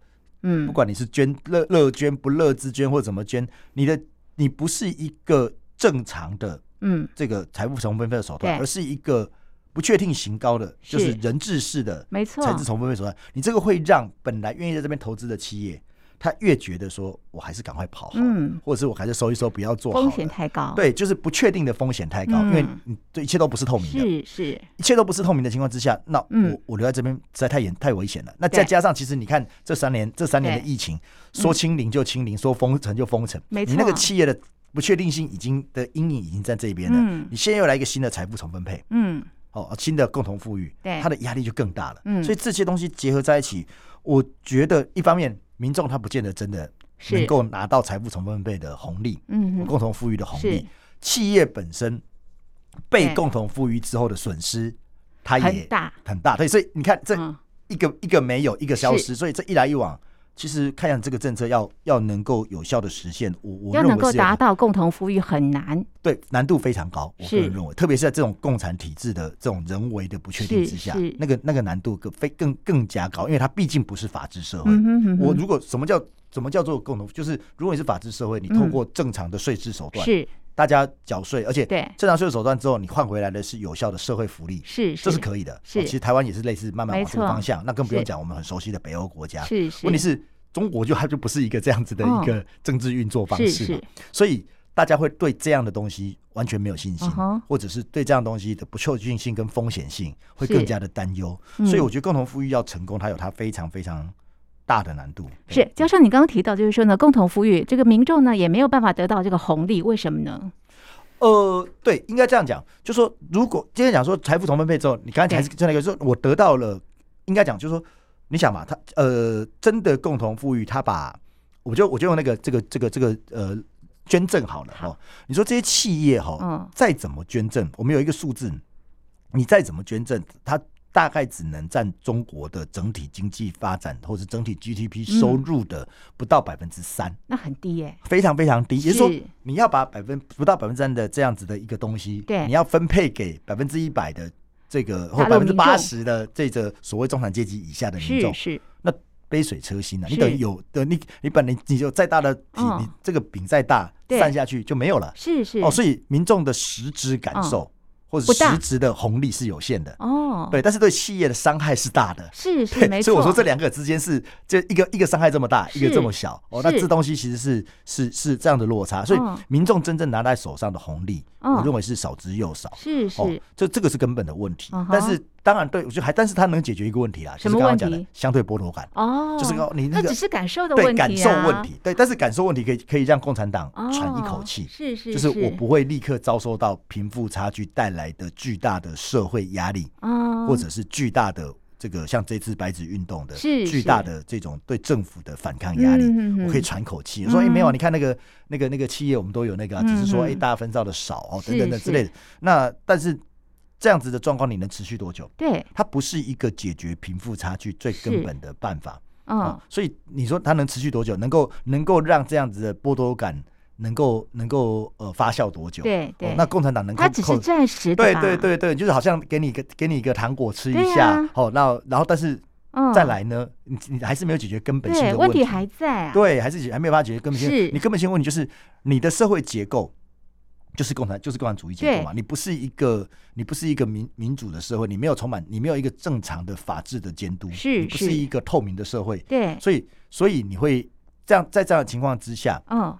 [SPEAKER 2] 不
[SPEAKER 1] 嗯
[SPEAKER 2] 管你是捐乐乐捐不乐之捐或怎么捐，你的你不是一个正常的
[SPEAKER 1] 嗯，
[SPEAKER 2] 这个财富重分配的手段，
[SPEAKER 1] 对
[SPEAKER 2] 而是一个不确定性高的，
[SPEAKER 1] 是
[SPEAKER 2] 就是人治式的
[SPEAKER 1] 没错，
[SPEAKER 2] 财富重分配手段。你这个会让本来愿意在这边投资的企业，他越觉得说我还是赶快跑好了，
[SPEAKER 1] 嗯
[SPEAKER 2] 或者是我还是收一收，不要做好
[SPEAKER 1] 风
[SPEAKER 2] 了。
[SPEAKER 1] 险太高，，
[SPEAKER 2] 对，就是不确定的风险太高，
[SPEAKER 1] 嗯
[SPEAKER 2] 因为你这一切都不是透明的。
[SPEAKER 1] 是是
[SPEAKER 2] 一切都不是透明的情况之下，那我、
[SPEAKER 1] 嗯
[SPEAKER 2] 我留在这边实在太严太危险了。那
[SPEAKER 1] 对
[SPEAKER 2] 再加上，其实你看这三年这三年的
[SPEAKER 1] 对嗯
[SPEAKER 2] 疫情，说清零就清零，说封城就封城，
[SPEAKER 1] 没错
[SPEAKER 2] 你那个企业的不确定性已经的阴影已经在这边了。
[SPEAKER 1] 嗯
[SPEAKER 2] 你现在又来一个新的财富重分配，
[SPEAKER 1] 嗯
[SPEAKER 2] 哦，新的共同富裕，
[SPEAKER 1] 对
[SPEAKER 2] 它的压力就更大了。
[SPEAKER 1] 嗯
[SPEAKER 2] 所以这些东西结合在一起，我觉得一方面民众他不见得真的
[SPEAKER 1] 是
[SPEAKER 2] 能够拿到财富重分配的红利，
[SPEAKER 1] 嗯哼
[SPEAKER 2] 共同富裕的红
[SPEAKER 1] 是
[SPEAKER 2] 利，企业本身被
[SPEAKER 1] 对
[SPEAKER 2] 共同富裕之后的损失，它也
[SPEAKER 1] 很大
[SPEAKER 2] 很大。对，所以你看这
[SPEAKER 1] 嗯
[SPEAKER 2] 一个、一个没有，一个消
[SPEAKER 1] 是
[SPEAKER 2] 失，所以这一来一往，其实看样这个政策要要能够有效的实现，我我
[SPEAKER 1] 要
[SPEAKER 2] 认
[SPEAKER 1] 能
[SPEAKER 2] 为
[SPEAKER 1] 够
[SPEAKER 2] 是
[SPEAKER 1] 达
[SPEAKER 2] 有
[SPEAKER 1] 到共同富裕很难，
[SPEAKER 2] 对难度非常高。我
[SPEAKER 1] 是
[SPEAKER 2] 个人认为，特别是在这种共产体制的这种人为的不确定
[SPEAKER 1] 是
[SPEAKER 2] 之下
[SPEAKER 1] 是，
[SPEAKER 2] 那个那个难度更非更更加高，因为它毕竟不是法治社会。
[SPEAKER 1] 嗯哼嗯
[SPEAKER 2] 我
[SPEAKER 1] 哼
[SPEAKER 2] 如果什么叫什么叫做共同，就是如果你是法治社会，你透
[SPEAKER 1] 嗯
[SPEAKER 2] 过正常的税制手段，
[SPEAKER 1] 是
[SPEAKER 2] 大家缴税，而且
[SPEAKER 1] 对
[SPEAKER 2] 正常税的手段之后，你换回来的是有效的社会福利，
[SPEAKER 1] 是
[SPEAKER 2] 这是可以的。哦
[SPEAKER 1] 是
[SPEAKER 2] 其实台湾也是类似慢慢
[SPEAKER 1] 没
[SPEAKER 2] 往这个
[SPEAKER 1] 错
[SPEAKER 2] 方向，那更不用
[SPEAKER 1] 是
[SPEAKER 2] 讲我们很熟悉的北欧国家。
[SPEAKER 1] 是是，
[SPEAKER 2] 啊问题是，中国就它就不是一个这样子的
[SPEAKER 1] 哦
[SPEAKER 2] 一个政治运作方
[SPEAKER 1] 是
[SPEAKER 2] 式嘛
[SPEAKER 1] 是，
[SPEAKER 2] 所以大家会对这样的东西完全没有信心
[SPEAKER 1] 嗯哼，
[SPEAKER 2] 或者是对这样东西的不确定性跟风险性会
[SPEAKER 1] 是
[SPEAKER 2] 更加的担忧。
[SPEAKER 1] 嗯
[SPEAKER 2] 所以我觉得共同富裕要成功，它有它非常非常大的难度。对
[SPEAKER 1] 是，加上你刚刚提到，就是说呢，共同富裕这个民众呢也没有办法得到这个红利，为什么呢？
[SPEAKER 2] 呃，对，应该这样讲，就说如果今天讲说财富重分配之后，你刚才还是
[SPEAKER 1] 对
[SPEAKER 2] 这样一个说，我得到了，应该讲就是说，你想嘛，他呃，真的共同富裕，他把，我就我就用那个这个这个这个呃捐赠好了哈、哦，你说这些企业哈、哦，
[SPEAKER 1] 嗯
[SPEAKER 2] 再怎么捐赠，我们有一个数字，你再怎么捐赠，它大概只能占中国的整体经济发展或是整体 GDP 收
[SPEAKER 1] 嗯
[SPEAKER 2] 入的不到百分之三。
[SPEAKER 1] 那很低耶、
[SPEAKER 2] 非常非常低，也就是是说你要把百分不到百分之三的这样子的一个东西，
[SPEAKER 1] 对
[SPEAKER 2] 你要分配给百分之一百的这个或
[SPEAKER 1] 大
[SPEAKER 2] 百
[SPEAKER 1] 陆
[SPEAKER 2] 分之
[SPEAKER 1] 民
[SPEAKER 2] 八
[SPEAKER 1] 众
[SPEAKER 2] 十的这个所谓中产阶级以下的民
[SPEAKER 1] 是
[SPEAKER 2] 众，
[SPEAKER 1] 是，
[SPEAKER 2] 那杯水车薪啊！你
[SPEAKER 1] 是
[SPEAKER 2] 等于有的你你本来你就再大的体，
[SPEAKER 1] 嗯
[SPEAKER 2] 你这个饼再大
[SPEAKER 1] 对
[SPEAKER 2] 散下去就没有了
[SPEAKER 1] 是是嗯
[SPEAKER 2] 哦，所以民众的实质感受或
[SPEAKER 1] 不
[SPEAKER 2] 者
[SPEAKER 1] 大
[SPEAKER 2] 实质的红利是有限的，
[SPEAKER 1] 哦，
[SPEAKER 2] 对，但是对企业的伤害是大的。
[SPEAKER 1] 是是
[SPEAKER 2] 对
[SPEAKER 1] 没错。
[SPEAKER 2] 所以我说这两个之间是，就一个一个伤害这么大，
[SPEAKER 1] 是
[SPEAKER 2] 一个这么小哦，那
[SPEAKER 1] 是
[SPEAKER 2] 这东西其实是是是这样的落差，所以
[SPEAKER 1] 嗯
[SPEAKER 2] 民众真正拿在手上的红利，
[SPEAKER 1] 嗯
[SPEAKER 2] 我认为是少之又少。
[SPEAKER 1] 是是、
[SPEAKER 2] 哦，这这个是根本的问题
[SPEAKER 1] 嗯哼，
[SPEAKER 2] 但是当然对我觉得还，但是它能解决一个问题啦，
[SPEAKER 1] 什
[SPEAKER 2] 就
[SPEAKER 1] 么
[SPEAKER 2] 是刚刚讲
[SPEAKER 1] 问
[SPEAKER 2] 的
[SPEAKER 1] 题
[SPEAKER 2] 相对剥夺感，
[SPEAKER 1] 哦，
[SPEAKER 2] 就是
[SPEAKER 1] 那
[SPEAKER 2] 说你那个
[SPEAKER 1] 只是感受的问
[SPEAKER 2] 对
[SPEAKER 1] 题、啊，
[SPEAKER 2] 感受问题，对，但是感受问题可以可以让共产党
[SPEAKER 1] 哦，
[SPEAKER 2] 喘一口气，
[SPEAKER 1] 是是，
[SPEAKER 2] 就是我不会立刻遭受到贫富差距带来的巨大的社会压力，
[SPEAKER 1] 啊，
[SPEAKER 2] 或者是巨大的这个像这次白纸运动的
[SPEAKER 1] 是
[SPEAKER 2] 巨
[SPEAKER 1] 是
[SPEAKER 2] 大的这种对政府的反抗压力，
[SPEAKER 1] 嗯嗯嗯
[SPEAKER 2] 我可以喘口气。说哎、没有啊，你看那个那个那个企业我们都有那个、啊，只是说
[SPEAKER 1] 嗯嗯嗯
[SPEAKER 2] 哎、大家分到的少哦，
[SPEAKER 1] 是
[SPEAKER 2] 等等等之类的。那但是这样子的状况你能持续多久？
[SPEAKER 1] 对，
[SPEAKER 2] 它不是一个解决贫富差距最
[SPEAKER 1] 是
[SPEAKER 2] 根本的办法哦
[SPEAKER 1] 嗯，
[SPEAKER 2] 所以你说它能持续多久？能够能够让这样子的剥夺感能够能够呃发酵多久？
[SPEAKER 1] 对对
[SPEAKER 2] 哦，那共产党能够
[SPEAKER 1] 它只是
[SPEAKER 2] 控
[SPEAKER 1] 暂时的
[SPEAKER 2] 对
[SPEAKER 1] 吧
[SPEAKER 2] 对，对对，就是好像给你一个给你一个糖果吃
[SPEAKER 1] 对
[SPEAKER 2] 一下
[SPEAKER 1] 啊，
[SPEAKER 2] 好、那然后但是
[SPEAKER 1] 嗯，
[SPEAKER 2] 再来呢，你你还是没有解决根本性
[SPEAKER 1] 对，
[SPEAKER 2] 的问
[SPEAKER 1] 题还在啊，
[SPEAKER 2] 对，还是解还没有办法解决根本性
[SPEAKER 1] 是。
[SPEAKER 2] 你根本性问题就是你的社会结构就是共产就是共产主义结构嘛，你不是一个你不是一个民民主的社会，你没有充满你没有一个正常的法治的监督，
[SPEAKER 1] 是
[SPEAKER 2] 你不
[SPEAKER 1] 是
[SPEAKER 2] 是一个透明的社会，
[SPEAKER 1] 对，
[SPEAKER 2] 所以所以你会这样在这样的情况之下，
[SPEAKER 1] 嗯，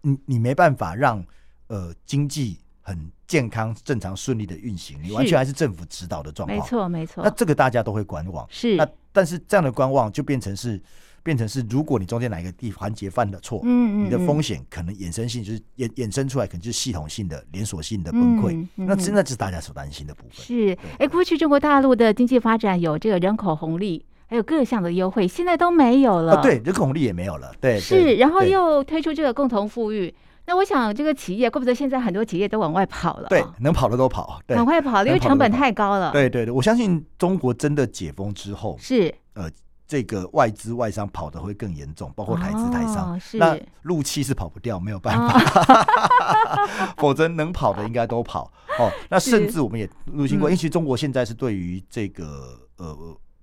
[SPEAKER 2] 你你没办法让呃经济很健康、正常、顺利的运行，你
[SPEAKER 1] 是
[SPEAKER 2] 完全还是政府指导的状
[SPEAKER 1] 没
[SPEAKER 2] 况。
[SPEAKER 1] 错没错
[SPEAKER 2] 那，这个大家都会观望。
[SPEAKER 1] 是嗯
[SPEAKER 2] 那但是这样的观望就变成是变成是如果你中间哪一个地环节犯了错，
[SPEAKER 1] 嗯嗯，
[SPEAKER 2] 你的
[SPEAKER 1] 嗯
[SPEAKER 2] 风险可能衍生性就是衍衍生出来，可能就是系统性的、连锁性的崩溃。
[SPEAKER 1] 嗯嗯
[SPEAKER 2] 那真的是大家所担心的部分。
[SPEAKER 1] 是，哎，过去中国大陆的经济发展有这个人口红利，还有各项的优惠，现在都没有了。
[SPEAKER 2] 啊，对，人口红利也没有了，对，
[SPEAKER 1] 是，
[SPEAKER 2] 哎对
[SPEAKER 1] 然后
[SPEAKER 2] 对
[SPEAKER 1] 又推出这个共同富裕。那我想，这个企业怪不得现在很多企业都往外跑了啊，
[SPEAKER 2] 对能跑的都跑，对
[SPEAKER 1] 赶快跑，因为
[SPEAKER 2] 能跑
[SPEAKER 1] 成
[SPEAKER 2] 的
[SPEAKER 1] 本
[SPEAKER 2] 跑
[SPEAKER 1] 太高了。，
[SPEAKER 2] 对对对，我相信中国真的解封之后，
[SPEAKER 1] 是
[SPEAKER 2] 这个外资外商跑的会更严重，包括台资台商。
[SPEAKER 1] 哦是哦
[SPEAKER 2] 那陆气是跑不掉，没有办法，
[SPEAKER 1] 嗯
[SPEAKER 2] 否则能跑的应该都跑哦。那甚至我们也入侵过，
[SPEAKER 1] 嗯
[SPEAKER 2] 因为其实中国现在是对于这个呃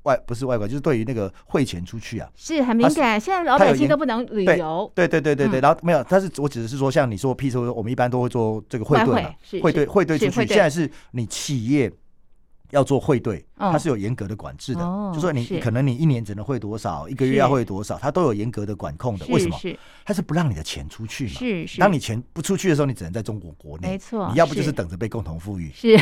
[SPEAKER 2] 外不是外管，就是对于那个汇钱出去啊，
[SPEAKER 1] 是很敏
[SPEAKER 2] 它是
[SPEAKER 1] 感，现在老
[SPEAKER 2] 它
[SPEAKER 1] 百
[SPEAKER 2] 有
[SPEAKER 1] 姓
[SPEAKER 2] 研
[SPEAKER 1] 都不能旅
[SPEAKER 2] 对
[SPEAKER 1] 游。
[SPEAKER 2] 对对对对对，
[SPEAKER 1] 嗯
[SPEAKER 2] 然后没有，但是我只是说，像你说，譬如说，我们一般都会做这个汇
[SPEAKER 1] 外
[SPEAKER 2] 兑
[SPEAKER 1] 汇
[SPEAKER 2] 嘛
[SPEAKER 1] 是，
[SPEAKER 2] 汇兑汇兑
[SPEAKER 1] 是
[SPEAKER 2] 出去。
[SPEAKER 1] 汇兑
[SPEAKER 2] 现在是你企业要做汇兑，
[SPEAKER 1] 嗯
[SPEAKER 2] 它是有严格的管制的，
[SPEAKER 1] 哦
[SPEAKER 2] 就说你
[SPEAKER 1] 是
[SPEAKER 2] 可能你一年只能汇多少，一个
[SPEAKER 1] 是
[SPEAKER 2] 月要汇多少，它都有严格的管控的。为什
[SPEAKER 1] 是
[SPEAKER 2] 么？
[SPEAKER 1] 是
[SPEAKER 2] 它是不让你的钱出去嘛。
[SPEAKER 1] 是是，
[SPEAKER 2] 当你钱不出去的时候，你只能在中国国内，
[SPEAKER 1] 没错
[SPEAKER 2] 你要不就是是等着被共同富裕，
[SPEAKER 1] 是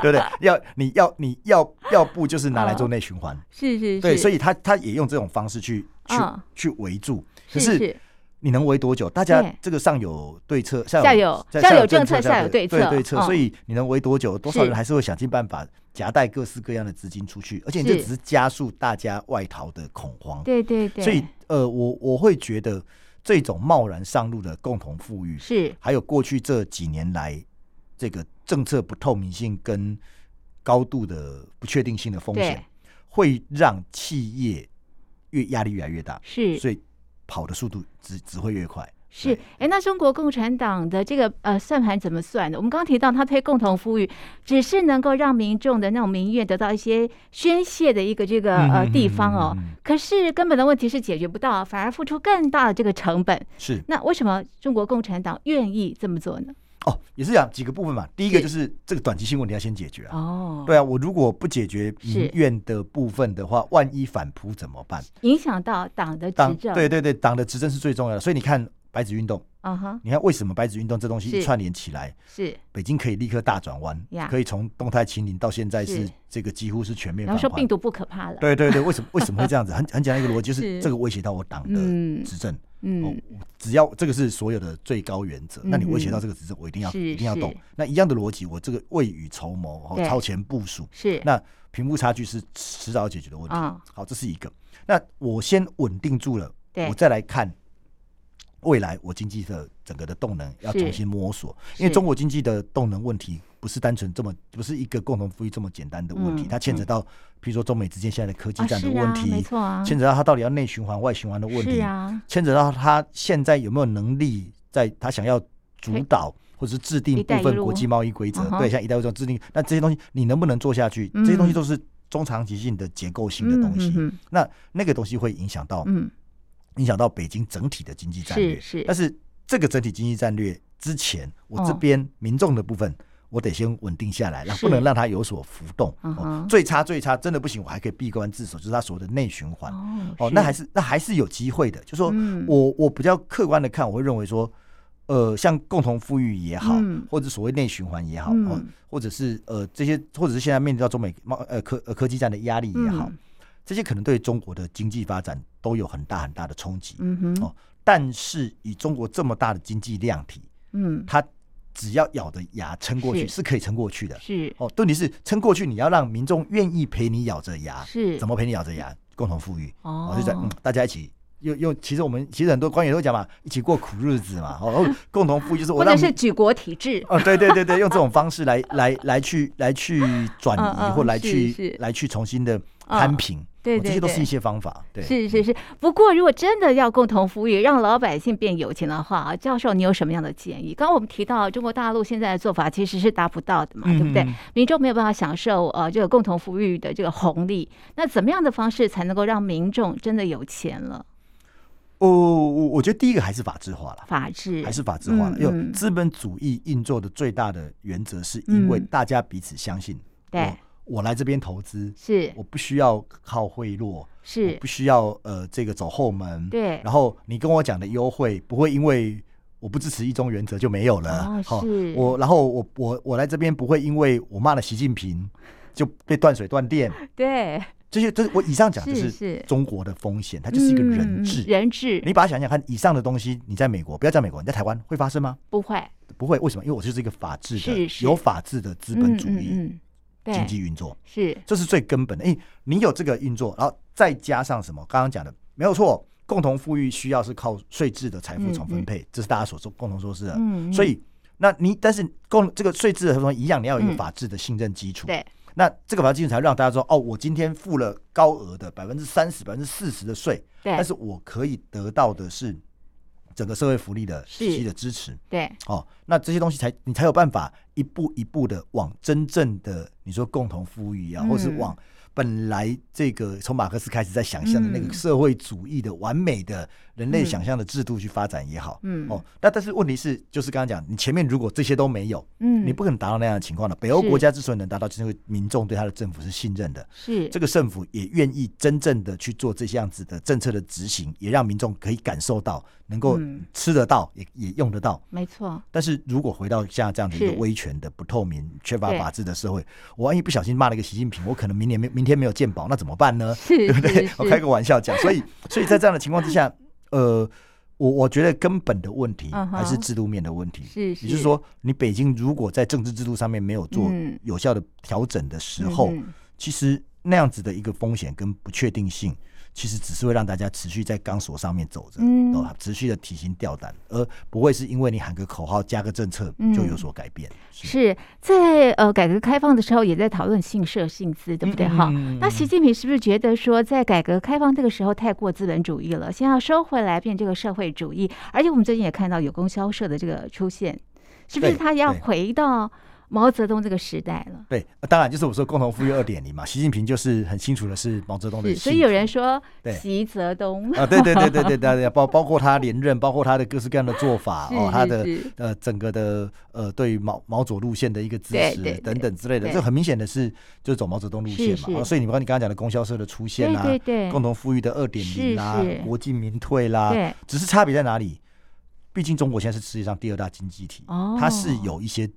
[SPEAKER 2] 对不对？要你要你要要不就是拿来做
[SPEAKER 1] 嗯
[SPEAKER 2] 内循环，
[SPEAKER 1] 是是，
[SPEAKER 2] 对，所
[SPEAKER 1] 以
[SPEAKER 2] 以他他也用这种方式去去
[SPEAKER 1] 嗯
[SPEAKER 2] 去围住，可
[SPEAKER 1] 是
[SPEAKER 2] 是你能围多久？大家
[SPEAKER 1] 对
[SPEAKER 2] 这个上有对策，
[SPEAKER 1] 下
[SPEAKER 2] 下
[SPEAKER 1] 有
[SPEAKER 2] 在
[SPEAKER 1] 上
[SPEAKER 2] 下
[SPEAKER 1] 有政策下有对
[SPEAKER 2] 对
[SPEAKER 1] 策
[SPEAKER 2] 对策，
[SPEAKER 1] 嗯
[SPEAKER 2] 所以你能围多久？多少
[SPEAKER 1] 是
[SPEAKER 2] 人还是会想尽办法夹带各式各样的资金出去，而且你就是只是加速大家外逃的恐慌。
[SPEAKER 1] 对对对，
[SPEAKER 2] 所以呃，我我会觉得这种贸然上路的共同富裕，
[SPEAKER 1] 是
[SPEAKER 2] 还有过去这几年来这个政策不透明性跟高度的不确定性的风险
[SPEAKER 1] 对，
[SPEAKER 2] 会让企业越压力越来越大，
[SPEAKER 1] 是
[SPEAKER 2] 所以跑的速度只只会越快。
[SPEAKER 1] 是，哎，那中国共产党的这个呃算盘怎么算呢？我们刚刚提到，他推共同富裕，只是能够让民众的那种民怨得到一些宣泄的一个这个呃地方哦。
[SPEAKER 2] 嗯嗯嗯嗯嗯
[SPEAKER 1] 可是根本的问题是解决不到啊，反而付出更大的这个成本。
[SPEAKER 2] 是
[SPEAKER 1] 那为什么中国共产党愿意这么做呢？
[SPEAKER 2] 哦，也是讲几个部分嘛。第一个
[SPEAKER 1] 是
[SPEAKER 2] 就是这个短期性问题要先解决啊。
[SPEAKER 1] 哦，
[SPEAKER 2] 对啊，我如果不解决
[SPEAKER 1] 是
[SPEAKER 2] 民怨的部分的话，万一反扑怎么办？
[SPEAKER 1] 影响到党的执
[SPEAKER 2] 党
[SPEAKER 1] 政。
[SPEAKER 2] 对对对，党的执政是最重要的。所以你看白纸运动，
[SPEAKER 1] 啊哈，
[SPEAKER 2] 你看为什么白纸运动这东西
[SPEAKER 1] 是
[SPEAKER 2] 一串联起来，
[SPEAKER 1] 是。
[SPEAKER 2] 北京可以立刻大转弯
[SPEAKER 1] 呀，
[SPEAKER 2] 可以从动态清零到现在是
[SPEAKER 1] 是
[SPEAKER 2] 这个几乎是全面
[SPEAKER 1] 然
[SPEAKER 2] 放
[SPEAKER 1] 后说病
[SPEAKER 2] 宽。
[SPEAKER 1] 毒不可怕了。，
[SPEAKER 2] 对对对，为什么为什么会这样子？很很简单一个逻辑，就是
[SPEAKER 1] 是
[SPEAKER 2] 这个威胁到我党的
[SPEAKER 1] 嗯
[SPEAKER 2] 执政。哦
[SPEAKER 1] 嗯，，
[SPEAKER 2] 只要这个是所有的最高原则，那你威胁
[SPEAKER 1] 嗯
[SPEAKER 2] 到
[SPEAKER 1] 哼
[SPEAKER 2] 这个执政，我一定要
[SPEAKER 1] 是
[SPEAKER 2] 一定要动
[SPEAKER 1] 是。
[SPEAKER 2] 那一样的逻辑，我这个未雨绸缪，
[SPEAKER 1] 对
[SPEAKER 2] 哦，超前部署，
[SPEAKER 1] 是。
[SPEAKER 2] 那贫富差距是迟早要解决的问题。
[SPEAKER 1] 啊，
[SPEAKER 2] 好，这是一个。那我先稳定住了，
[SPEAKER 1] 对
[SPEAKER 2] 我再来看未来我经济的整个的动能要
[SPEAKER 1] 是
[SPEAKER 2] 重新摸索，
[SPEAKER 1] 是
[SPEAKER 2] 因为中国经济的动能问题不是单纯这么不是一个共同富裕这么简单的问题，
[SPEAKER 1] 嗯
[SPEAKER 2] 它牵扯到比如说中美之间现在的科技
[SPEAKER 1] 啊
[SPEAKER 2] 战的
[SPEAKER 1] 是
[SPEAKER 2] 问
[SPEAKER 1] 啊，
[SPEAKER 2] 题，
[SPEAKER 1] 没错啊，
[SPEAKER 2] 牵扯到它到底要内循环外循环的问
[SPEAKER 1] 是
[SPEAKER 2] 题，
[SPEAKER 1] 啊，
[SPEAKER 2] 牵扯到他现在有没有能力，在他想要主导或者是制
[SPEAKER 1] 一
[SPEAKER 2] 定
[SPEAKER 1] 带
[SPEAKER 2] 部
[SPEAKER 1] 一
[SPEAKER 2] 分
[SPEAKER 1] 路
[SPEAKER 2] 国际贸易规则
[SPEAKER 1] 嗯，哼
[SPEAKER 2] 对，像一带一路制定，那这些东西你能不能做下去？这些东西都是中长期性的结构性的东西，哦
[SPEAKER 1] 嗯
[SPEAKER 2] 那那个东西会影响到
[SPEAKER 1] 嗯，
[SPEAKER 2] 影响到北京整体的经济战略
[SPEAKER 1] 是。是
[SPEAKER 2] 但是这个整体经济战略之前，我这
[SPEAKER 1] 哦
[SPEAKER 2] 边民众的部分。我得先稳定下来，让
[SPEAKER 1] 是
[SPEAKER 2] 不能让它有所浮动。哦
[SPEAKER 1] 嗯哼
[SPEAKER 2] 最差最差，真的不行，我还可以闭关自守，就是它所谓的内循环。
[SPEAKER 1] 哦
[SPEAKER 2] 哦，那还是那还是有机会的。就说
[SPEAKER 1] 嗯
[SPEAKER 2] 我我比较客观的看，我会认为说，呃，像共同富裕也好，
[SPEAKER 1] 嗯
[SPEAKER 2] 或者所谓内循环也好，哦
[SPEAKER 1] 嗯，
[SPEAKER 2] 或者是呃这些，或者是现在面对到中美贸呃科呃科技战的压力也好，
[SPEAKER 1] 嗯
[SPEAKER 2] 这些可能对中国的经济发展都有很大很大的冲击。
[SPEAKER 1] 嗯哼，
[SPEAKER 2] 哦，但是以中国这么大的经济量体，
[SPEAKER 1] 嗯
[SPEAKER 2] 它只要咬着牙撑过去
[SPEAKER 1] 是
[SPEAKER 2] 是可以撑过去的。
[SPEAKER 1] 是
[SPEAKER 2] 哦，问题是撑过去，你要让民众愿意陪你咬着牙，
[SPEAKER 1] 是
[SPEAKER 2] 啊怎么陪你咬着牙？共同富裕。
[SPEAKER 1] 哦
[SPEAKER 2] 哦，就在嗯，大家一起又又，其实我们其实很多官员都讲嘛，一起过苦日子嘛，哦，然 后共同富裕，就是
[SPEAKER 1] 或
[SPEAKER 2] 我
[SPEAKER 1] 者
[SPEAKER 2] 让
[SPEAKER 1] 是
[SPEAKER 2] 你
[SPEAKER 1] 举国体制，
[SPEAKER 2] 哦，对对对对，用这种方式来来来去来去转
[SPEAKER 1] 嗯嗯
[SPEAKER 2] 移，或来
[SPEAKER 1] 是
[SPEAKER 2] 去
[SPEAKER 1] 是
[SPEAKER 2] 来去重新的
[SPEAKER 1] 嗯
[SPEAKER 2] 摊平，
[SPEAKER 1] 对
[SPEAKER 2] 哦这
[SPEAKER 1] 对
[SPEAKER 2] 些都嗯是
[SPEAKER 1] 对
[SPEAKER 2] 一些方法，对，
[SPEAKER 1] 是是是。不过，如果真的要共同富裕，让老百姓变有钱的话啊，教授，你有什么样的建议？刚刚我们提到中国大陆现在的做法其实是达不到的嘛，对不对
[SPEAKER 2] 嗯？
[SPEAKER 1] 民众没有办法享受呃这个共同富裕的这个红利，那怎么样的方式才能够让民众真的有钱了？
[SPEAKER 2] 哦，我我觉得第一个还是法制化了。
[SPEAKER 1] 法治
[SPEAKER 2] 还是法制化了，
[SPEAKER 1] 嗯
[SPEAKER 2] 因为
[SPEAKER 1] 嗯
[SPEAKER 2] 资本主义运作的最大的原则，是因为
[SPEAKER 1] 嗯
[SPEAKER 2] 大家彼此相信。
[SPEAKER 1] 对
[SPEAKER 2] 我，我来这边投资，
[SPEAKER 1] 是
[SPEAKER 2] 我不需要靠贿赂，我
[SPEAKER 1] 是
[SPEAKER 2] 不需要呃这个走后门，
[SPEAKER 1] 对
[SPEAKER 2] 然后你跟我讲的优惠不会因为我不支持一中原则就没有了
[SPEAKER 1] 哦，
[SPEAKER 2] 好
[SPEAKER 1] 是
[SPEAKER 2] 我然后我 我我来这边不会因为我骂了习近平就被断水断电，
[SPEAKER 1] 对
[SPEAKER 2] 这些，这我以上讲就是是
[SPEAKER 1] 是，
[SPEAKER 2] 中国的风险，它就是一个人
[SPEAKER 1] 嗯
[SPEAKER 2] 质。哎
[SPEAKER 1] 人质
[SPEAKER 2] 你把它想想看，以上的东西你在美国，不要讲美国，你在台湾会发生吗？
[SPEAKER 1] 不会
[SPEAKER 2] 不会，为什么？因为我就是一个法治的
[SPEAKER 1] 是、是
[SPEAKER 2] 有法治的资本主义
[SPEAKER 1] 嗯嗯嗯对
[SPEAKER 2] 经济运作，
[SPEAKER 1] 是
[SPEAKER 2] 这是最根本的。哎，你有这个运作，然后再加上什么？刚刚讲的没有错，共同富裕需要是靠税制的财富重分配，这是大家所说共同说是的。
[SPEAKER 1] 嗯嗯嗯
[SPEAKER 2] 所以，那你但是共这个税制的合同一样，你要有一个
[SPEAKER 1] 嗯
[SPEAKER 2] 法治的信任基础。
[SPEAKER 1] 对
[SPEAKER 2] 那这个法律基础才让大家说，哦，我今天付了高额的百分之三十、百分之四十的税，
[SPEAKER 1] 对
[SPEAKER 2] 但是我可以得到的是整个社会福利的
[SPEAKER 1] 是
[SPEAKER 2] 实际的支持。
[SPEAKER 1] 对
[SPEAKER 2] 哦，那这些东西才你才有办法一步一步的往真正的你说共同富裕啊，
[SPEAKER 1] 嗯
[SPEAKER 2] 或是往本来这个从马克思开始在想象的那
[SPEAKER 1] 嗯
[SPEAKER 2] 个社会主义的完美的人类
[SPEAKER 1] 嗯
[SPEAKER 2] 想象的制度去发展也好。
[SPEAKER 1] 嗯
[SPEAKER 2] 哦，那但是问题是，就是刚刚讲，你前面如果这些都没有，
[SPEAKER 1] 嗯
[SPEAKER 2] 你不可能达到那样的情况的。北欧
[SPEAKER 1] 是
[SPEAKER 2] 国家之所以能达到，就是因为民众对他的政府是信任的，
[SPEAKER 1] 是
[SPEAKER 2] 这个政府也愿意真正的去做这样子的政策的执行，也让民众可以感受到，能够
[SPEAKER 1] 嗯
[SPEAKER 2] 吃得到，也也用得到。
[SPEAKER 1] 没 错
[SPEAKER 2] 但是如果回到像这样的一个
[SPEAKER 1] 是
[SPEAKER 2] 威权的、不透明、缺乏
[SPEAKER 1] 对
[SPEAKER 2] 法治的社会，我万一不小心骂了一个习近平，我可能明年没明天没有健保，那怎么办呢？
[SPEAKER 1] 是
[SPEAKER 2] 对不
[SPEAKER 1] 是？
[SPEAKER 2] 对
[SPEAKER 1] 是
[SPEAKER 2] 我开个玩笑讲，所以所以在这样的情况之下，呃，我我觉得根本的问题
[SPEAKER 1] 嗯哼
[SPEAKER 2] 还是制度面的问题。
[SPEAKER 1] 是是
[SPEAKER 2] 也就是说，你北京如果在政治制度上面没有做
[SPEAKER 1] 嗯
[SPEAKER 2] 有效的调整的时候，
[SPEAKER 1] 嗯嗯
[SPEAKER 2] 其实那样子的一个风险跟不确定性，其实只是会让大家持续在钢索上面走着，
[SPEAKER 1] 嗯
[SPEAKER 2] 哦，持续的提心吊胆，而不会是因为你喊个口号、加个政策
[SPEAKER 1] 嗯
[SPEAKER 2] 就有所改变。是
[SPEAKER 1] 是在呃改革开放的时候也在讨论姓社姓资，对不对？哈、
[SPEAKER 2] 嗯嗯嗯
[SPEAKER 1] 那习近平是不是觉得说，在改革开放这个时候太过资本主义了，先要收回来变这个社会主义？而且我们最近也看到有供销社的这个出现，是不是
[SPEAKER 2] 对
[SPEAKER 1] 他要
[SPEAKER 2] 对
[SPEAKER 1] 回到毛泽东这个时代了？
[SPEAKER 2] 对，呃当然就是我说共同富裕二点零嘛，习近平就是很清楚的是毛泽东的
[SPEAKER 1] 是，
[SPEAKER 2] 信徒，
[SPEAKER 1] 所以有人说
[SPEAKER 2] 对
[SPEAKER 1] 习泽东，
[SPEAKER 2] 啊，对对对对对对对，包包括他连任，包括他的各式各样的做 法
[SPEAKER 1] 是
[SPEAKER 2] 哦，他的
[SPEAKER 1] 是是
[SPEAKER 2] 呃整个的呃对于毛毛左路线的一个支
[SPEAKER 1] 对对
[SPEAKER 2] 持
[SPEAKER 1] 对
[SPEAKER 2] 等等之类的，
[SPEAKER 1] 对
[SPEAKER 2] 这很明显的是就是走毛泽东路线
[SPEAKER 1] 是是
[SPEAKER 2] 嘛。哦所以你刚你刚刚讲的供销社的出现啊
[SPEAKER 1] 对对
[SPEAKER 2] 啦，
[SPEAKER 1] 对，
[SPEAKER 2] 共同富裕的二点零啦
[SPEAKER 1] 是是，
[SPEAKER 2] 国进民退啦，
[SPEAKER 1] 对
[SPEAKER 2] 只是差别在哪里？毕竟中国现在是世界上第二大经济体，
[SPEAKER 1] 哦
[SPEAKER 2] 它是有一些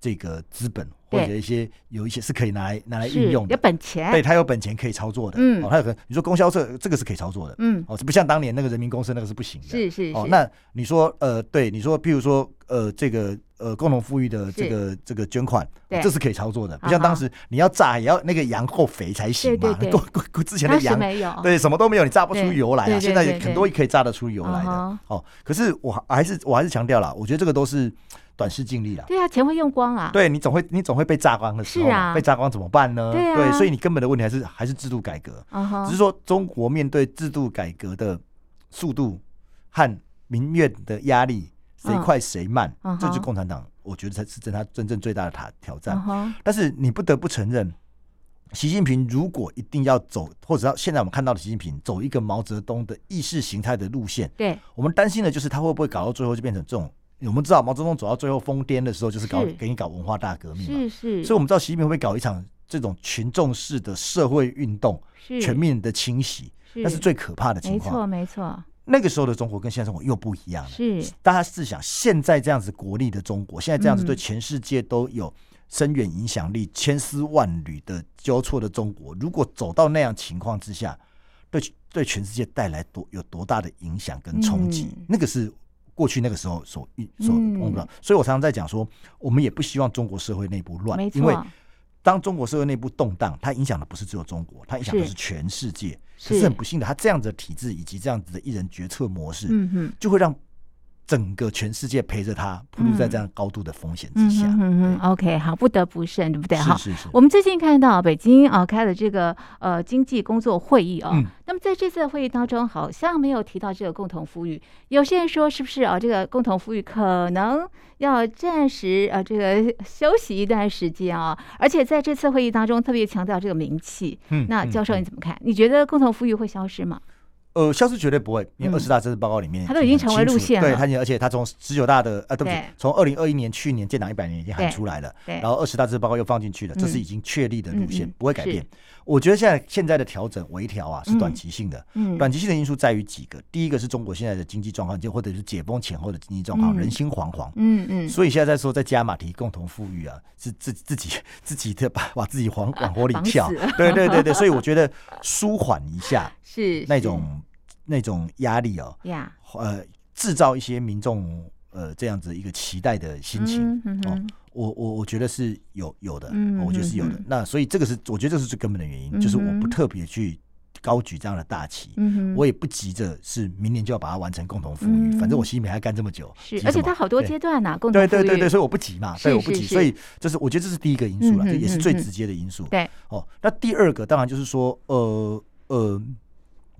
[SPEAKER 2] 这个资本或
[SPEAKER 1] 对
[SPEAKER 2] 者一些有一些是可以拿来拿来
[SPEAKER 1] 是
[SPEAKER 2] 运用
[SPEAKER 1] 有
[SPEAKER 2] 的，
[SPEAKER 1] 本钱，
[SPEAKER 2] 对，它有本钱可以操作的。
[SPEAKER 1] 嗯
[SPEAKER 2] 哦，它有可能你说供销社这个是可以操作的，
[SPEAKER 1] 嗯，
[SPEAKER 2] 哦，这不像当年那个人民公社那个是不行的。
[SPEAKER 1] 是是是，
[SPEAKER 2] 哦，那你说呃，对，你说譬如说呃，这个呃共同富裕的这个这个捐款，
[SPEAKER 1] 对
[SPEAKER 2] 哦这是可以操作的，不
[SPEAKER 1] 啊
[SPEAKER 2] 像
[SPEAKER 1] 哈
[SPEAKER 2] 当时你要炸也要那个羊够肥才行嘛，
[SPEAKER 1] 对对对
[SPEAKER 2] 够够够之前的
[SPEAKER 1] 当时
[SPEAKER 2] 羊
[SPEAKER 1] 没有，
[SPEAKER 2] 对，什么都没有，你炸不出
[SPEAKER 1] 对
[SPEAKER 2] 油来
[SPEAKER 1] 哦对
[SPEAKER 2] 啊！
[SPEAKER 1] 对
[SPEAKER 2] 现在
[SPEAKER 1] 对对
[SPEAKER 2] 很多可以炸得出油来
[SPEAKER 1] 嗯
[SPEAKER 2] 的
[SPEAKER 1] 哼。
[SPEAKER 2] 哦，可是我还还是我还是强调啦，我觉得这个都是短视尽力啦。
[SPEAKER 1] 对啊，钱会用光啊，
[SPEAKER 2] 对你总会你总会被炸光的时候
[SPEAKER 1] 是
[SPEAKER 2] 嘛，
[SPEAKER 1] 啊
[SPEAKER 2] 被炸光怎么办呢？
[SPEAKER 1] 对啊
[SPEAKER 2] 所以你根本的问题还是还是制度改革，
[SPEAKER 1] 嗯哼，
[SPEAKER 2] 只是说中国面对制度改革的速度和民怨的压力，谁
[SPEAKER 1] 嗯
[SPEAKER 2] 快谁慢，
[SPEAKER 1] 嗯哼
[SPEAKER 2] 这就是共产党，我觉得才是真他真正最大的挑挑战
[SPEAKER 1] 嗯。哼
[SPEAKER 2] 但是你不得不承认，习近平如果一定要走，或者要现在我们看到的习近平走一个毛泽东的意识形态的路线，
[SPEAKER 1] 对，
[SPEAKER 2] 我们担心的就是他会不会搞到最后就变成这种。我们知道毛泽东走到最后疯癫的时候，就是搞
[SPEAKER 1] 是
[SPEAKER 2] 给你搞文化大革命嘛，
[SPEAKER 1] 是是，
[SPEAKER 2] 所以我们知道习近平会不会搞一场这种群众式的社会运动、
[SPEAKER 1] 是
[SPEAKER 2] 全面的清洗，
[SPEAKER 1] 是
[SPEAKER 2] 那是最可怕的情
[SPEAKER 1] 没错
[SPEAKER 2] 况。啊
[SPEAKER 1] 没错，
[SPEAKER 2] 那个时候的中国跟现在中国又不一样了。
[SPEAKER 1] 是
[SPEAKER 2] 大家试想，现在这样子国力的中国，现在这样子
[SPEAKER 1] 嗯
[SPEAKER 2] 对全世界都有深远影响力、千丝万缕的交错的中国，如果走到那样情况之下，对对全世界带来多有多大的影响跟冲击，
[SPEAKER 1] 嗯
[SPEAKER 2] 那个是。过去那个时候所遇所
[SPEAKER 1] 嗯
[SPEAKER 2] 碰到，所以我常常在讲说，我们也不希望中国社会内部乱
[SPEAKER 1] 没，错，
[SPEAKER 2] 因为当中国社会内部动荡，它影响的不是只有中国，它影响的
[SPEAKER 1] 是
[SPEAKER 2] 是全世界。
[SPEAKER 1] 是
[SPEAKER 2] 可是很不幸的，它这样子的体制以及这样子的一人决策模式，
[SPEAKER 1] 嗯哼。
[SPEAKER 2] 就会让整个全世界陪着他，暴露在这样高度的风险之下。
[SPEAKER 1] 嗯哼哼哼，OK，好，不得不慎，对不对？哈，
[SPEAKER 2] 是是是，
[SPEAKER 1] 我们最近看到北京啊、呃开了这个呃经济工作会议哦，
[SPEAKER 2] 嗯
[SPEAKER 1] 那么在这次的会议当中，好像没有提到这个共同富裕。有些人说是不是啊、这个共同富裕可能要暂时啊、呃这个休息一段时间啊、而且在这次会议当中特别强调这个名气。
[SPEAKER 2] 嗯
[SPEAKER 1] 那
[SPEAKER 2] 嗯
[SPEAKER 1] 教授
[SPEAKER 2] 嗯
[SPEAKER 1] 你怎么看？你觉得共同富裕会消失吗？
[SPEAKER 2] 呃，消失绝对不会，因为
[SPEAKER 1] 嗯
[SPEAKER 2] 二十大政治报告里面
[SPEAKER 1] 它都已经成为
[SPEAKER 2] 很清楚
[SPEAKER 1] 路线了
[SPEAKER 2] 对，它已经，而且它从十九大的啊，对不起
[SPEAKER 1] 对，
[SPEAKER 2] 从二零二一年去年建党一百年已经喊
[SPEAKER 1] 对
[SPEAKER 2] 出来了，
[SPEAKER 1] 对
[SPEAKER 2] 然，后二十大政治报告又放进去了，这是
[SPEAKER 1] 嗯
[SPEAKER 2] 已经确立的路
[SPEAKER 1] 嗯
[SPEAKER 2] 线
[SPEAKER 1] 嗯，
[SPEAKER 2] 不会改
[SPEAKER 1] 是
[SPEAKER 2] 变。我觉得现在现在的调整微调啊是短期性的，
[SPEAKER 1] 嗯
[SPEAKER 2] 短期性的因素在于几个，第一个是中国现在的经济状况，就或者是解封前后的经济状况，
[SPEAKER 1] 嗯
[SPEAKER 2] 人心惶惶。
[SPEAKER 1] 嗯嗯，
[SPEAKER 2] 所以现在在说在加码提共同富裕啊，是自自己 自己的把把自己往往火里
[SPEAKER 1] 啊绑
[SPEAKER 2] 跳
[SPEAKER 1] 死了，
[SPEAKER 2] 对对对对，所以我觉得舒缓 一下
[SPEAKER 1] 是
[SPEAKER 2] 那
[SPEAKER 1] 是
[SPEAKER 2] 种那种压力哦，
[SPEAKER 1] 呀，
[SPEAKER 2] 呃，制造一些民众呃这样子一个期待的心情，
[SPEAKER 1] 嗯嗯
[SPEAKER 2] 哦
[SPEAKER 1] 哼，
[SPEAKER 2] 我我我觉得是有有的，哦
[SPEAKER 1] 嗯
[SPEAKER 2] 我觉得是有的
[SPEAKER 1] 嗯嗯。
[SPEAKER 2] 那所以这个是我觉得这是最根本的原因，
[SPEAKER 1] 嗯哼
[SPEAKER 2] 就是我不特别去高举这样的大旗。
[SPEAKER 1] 嗯哼，
[SPEAKER 2] 我也不急着是明年就要把它完成共同富裕，
[SPEAKER 1] 嗯
[SPEAKER 2] 反正我心里面还干这么久，急
[SPEAKER 1] 是，
[SPEAKER 2] 什
[SPEAKER 1] 而且
[SPEAKER 2] 么
[SPEAKER 1] 它好多
[SPEAKER 2] 对
[SPEAKER 1] 阶段呐，共同
[SPEAKER 2] 对
[SPEAKER 1] 富
[SPEAKER 2] 对对
[SPEAKER 1] 裕
[SPEAKER 2] 对，，所以我不急嘛，
[SPEAKER 1] 是
[SPEAKER 2] 对我不
[SPEAKER 1] 是
[SPEAKER 2] 急，
[SPEAKER 1] 是
[SPEAKER 2] 所以这是我觉得这是第一个因素了，
[SPEAKER 1] 嗯
[SPEAKER 2] 这
[SPEAKER 1] 嗯
[SPEAKER 2] 也是最
[SPEAKER 1] 嗯嗯
[SPEAKER 2] 直接的因素。
[SPEAKER 1] 对
[SPEAKER 2] 哦，那第二个当然就是说，呃呃，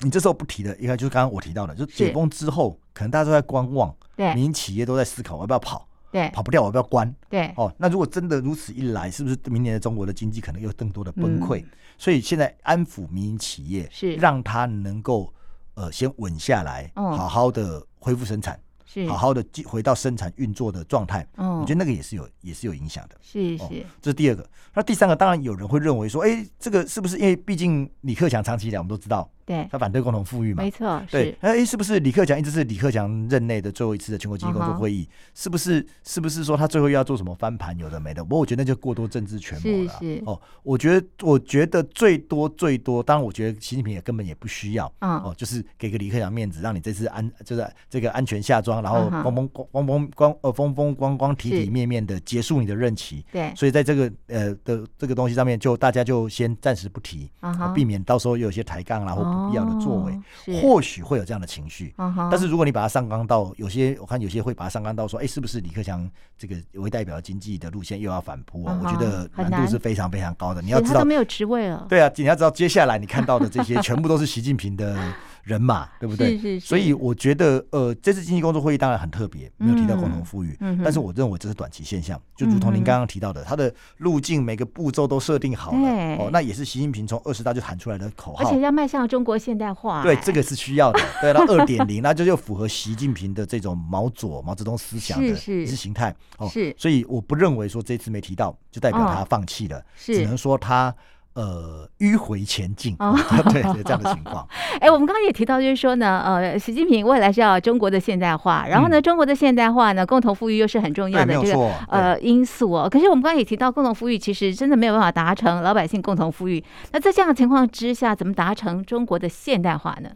[SPEAKER 2] 你这时候不提的，应该就是刚刚我提到的，就是
[SPEAKER 1] 是
[SPEAKER 2] 解封之后，可能大家都在观望，
[SPEAKER 1] 对
[SPEAKER 2] 民营企业都在思考我要不要跑，
[SPEAKER 1] 对
[SPEAKER 2] 跑不掉我要不要关。
[SPEAKER 1] 对，
[SPEAKER 2] 哦，那如果真的如此一来，是不是明年的中国的经济可能又更多的崩溃？所以现在安抚民营企业，
[SPEAKER 1] 嗯是
[SPEAKER 2] 让它能够呃先稳下来，
[SPEAKER 1] 嗯
[SPEAKER 2] 好好的恢复生产，
[SPEAKER 1] 是，
[SPEAKER 2] 好好的回到生产运作的状态。
[SPEAKER 1] 嗯
[SPEAKER 2] 我觉得那个也是有也是有影响的。
[SPEAKER 1] 是嗯
[SPEAKER 2] 哦
[SPEAKER 1] 是，
[SPEAKER 2] 这是第二个。那第三个，当然有人会认为说，哎，这个是不是因为毕竟李克强长期以来我们都知道
[SPEAKER 1] 对，
[SPEAKER 2] 他反对共同富裕嘛
[SPEAKER 1] 没？错，
[SPEAKER 2] 对
[SPEAKER 1] 是，，
[SPEAKER 2] 那哎，是不是李克强一直是李克强任内的最后一次的全国经济工作
[SPEAKER 1] 嗯哼
[SPEAKER 2] 会议？是不是？是不是说他最后又要做什么翻盘？有的没的。不过我觉得那就过多政治权谋了啊。
[SPEAKER 1] 是是
[SPEAKER 2] 哦，我觉得，我觉得最多最多，当然，我觉得习近平也根本也不需要。
[SPEAKER 1] 嗯
[SPEAKER 2] 哦，就是给个李克强面子，让你这次安就是这个安全下庄，然后
[SPEAKER 1] 嗯哼
[SPEAKER 2] 风风光光风光呃风风光光体
[SPEAKER 1] 是
[SPEAKER 2] 体面面的结束你的任期。
[SPEAKER 1] 对，
[SPEAKER 2] 所以在这个呃的这个东西上面，就大家就先暂时不提，
[SPEAKER 1] 啊
[SPEAKER 2] 啊
[SPEAKER 1] 哈，
[SPEAKER 2] 避免到时候又有些抬杠啦或不必要的作为
[SPEAKER 1] 哦，是
[SPEAKER 2] 或许会有这样的情绪。
[SPEAKER 1] 啊哈，
[SPEAKER 2] 但是如果你把它上纲到有些，我看有些会把它上纲到说，哎，是不是李克强这个为代表经济的路线又要反扑啊
[SPEAKER 1] 嗯？
[SPEAKER 2] 我觉得
[SPEAKER 1] 很
[SPEAKER 2] 难
[SPEAKER 1] 难
[SPEAKER 2] 度是非常非常高的。你
[SPEAKER 1] 你
[SPEAKER 2] 要知
[SPEAKER 1] 他
[SPEAKER 2] 道
[SPEAKER 1] 都，没有职位 了，
[SPEAKER 2] 对啊，你要知道接下来你看到的这些全部都是习近平的人马，对不对？
[SPEAKER 1] 是是是
[SPEAKER 2] 所以我觉得，呃，这次经济工作会议当然很特别，没有提到共同富裕，
[SPEAKER 1] 嗯哼
[SPEAKER 2] 但是我认为这是短期现象，就如同您刚刚提到的，它的路径每个步骤都设定好了，
[SPEAKER 1] 对
[SPEAKER 2] 哦，那也是习近平从二十大就喊出来的口
[SPEAKER 1] 而
[SPEAKER 2] 号
[SPEAKER 1] 且。要迈向中国现代化，
[SPEAKER 2] 对
[SPEAKER 1] 哎，
[SPEAKER 2] 这个是需要的。对，到二点 零，那就又符合习近平的这种毛左、毛泽东思想的
[SPEAKER 1] 是是
[SPEAKER 2] 意识形态。哦，
[SPEAKER 1] 哎是
[SPEAKER 2] 所以我不认为说这次没提到就代表
[SPEAKER 1] 哦
[SPEAKER 2] 他放弃了，
[SPEAKER 1] 是
[SPEAKER 2] 只能说他呃迂回前进。
[SPEAKER 1] 哦
[SPEAKER 2] 对对，这样的情况。
[SPEAKER 1] 哎，我们刚刚也提到，就是说呢，呃，习近平未来是要中国的现代化，然后呢，中国的现代化呢，共同富裕又是 很重要
[SPEAKER 2] 嗯对，没
[SPEAKER 1] 的
[SPEAKER 2] 有
[SPEAKER 1] 这个
[SPEAKER 2] 错。对，
[SPEAKER 1] 呃因素哦。可是我们刚刚也提到，共同富裕其实真的没有办法达成老百姓共同富裕。那在这样的情况之下，怎么达成中国的现代化呢？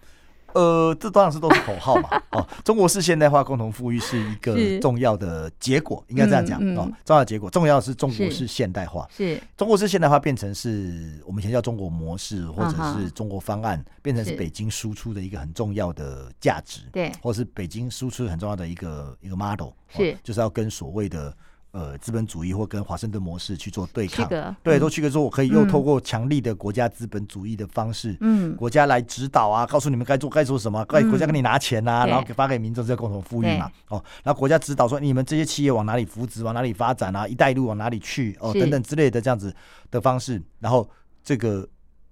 [SPEAKER 2] 呃，这当然是都是口号嘛。 哦，中国式现代化共同富裕是一
[SPEAKER 1] 是
[SPEAKER 2] 个重要的结果，应该这样讲
[SPEAKER 1] 嗯嗯
[SPEAKER 2] 哦。重要的结果，重要的是中国
[SPEAKER 1] 是
[SPEAKER 2] 式现代化。
[SPEAKER 1] 是
[SPEAKER 2] 中国式现代化变成是我们以前叫中国模式，或者
[SPEAKER 1] 啊哈
[SPEAKER 2] 是中国方案，变成是
[SPEAKER 1] 是
[SPEAKER 2] 北京输出的一个很重要的价值，
[SPEAKER 1] 对
[SPEAKER 2] 或是北京输出很重要的一个一个 model，哦
[SPEAKER 1] 是
[SPEAKER 2] 就是要跟所谓的呃资本主义或跟华盛顿模式去做对
[SPEAKER 1] 这
[SPEAKER 2] 抗，
[SPEAKER 1] 个，
[SPEAKER 2] 对，都去跟说我可以又
[SPEAKER 1] 嗯
[SPEAKER 2] 透过强力的国家资本主义的方式，
[SPEAKER 1] 嗯，
[SPEAKER 2] 国家来指导啊，告诉你们该做该做什么，该
[SPEAKER 1] 嗯
[SPEAKER 2] 国家给你拿钱啊，
[SPEAKER 1] 对
[SPEAKER 2] 然后给发给民众这共同富裕嘛。哦，然后国家指导说你们这些企业往哪里扶植，往哪里发展啊，一带一路往哪里去哦，
[SPEAKER 1] 是
[SPEAKER 2] 等等之类的这样子的方式，然后这个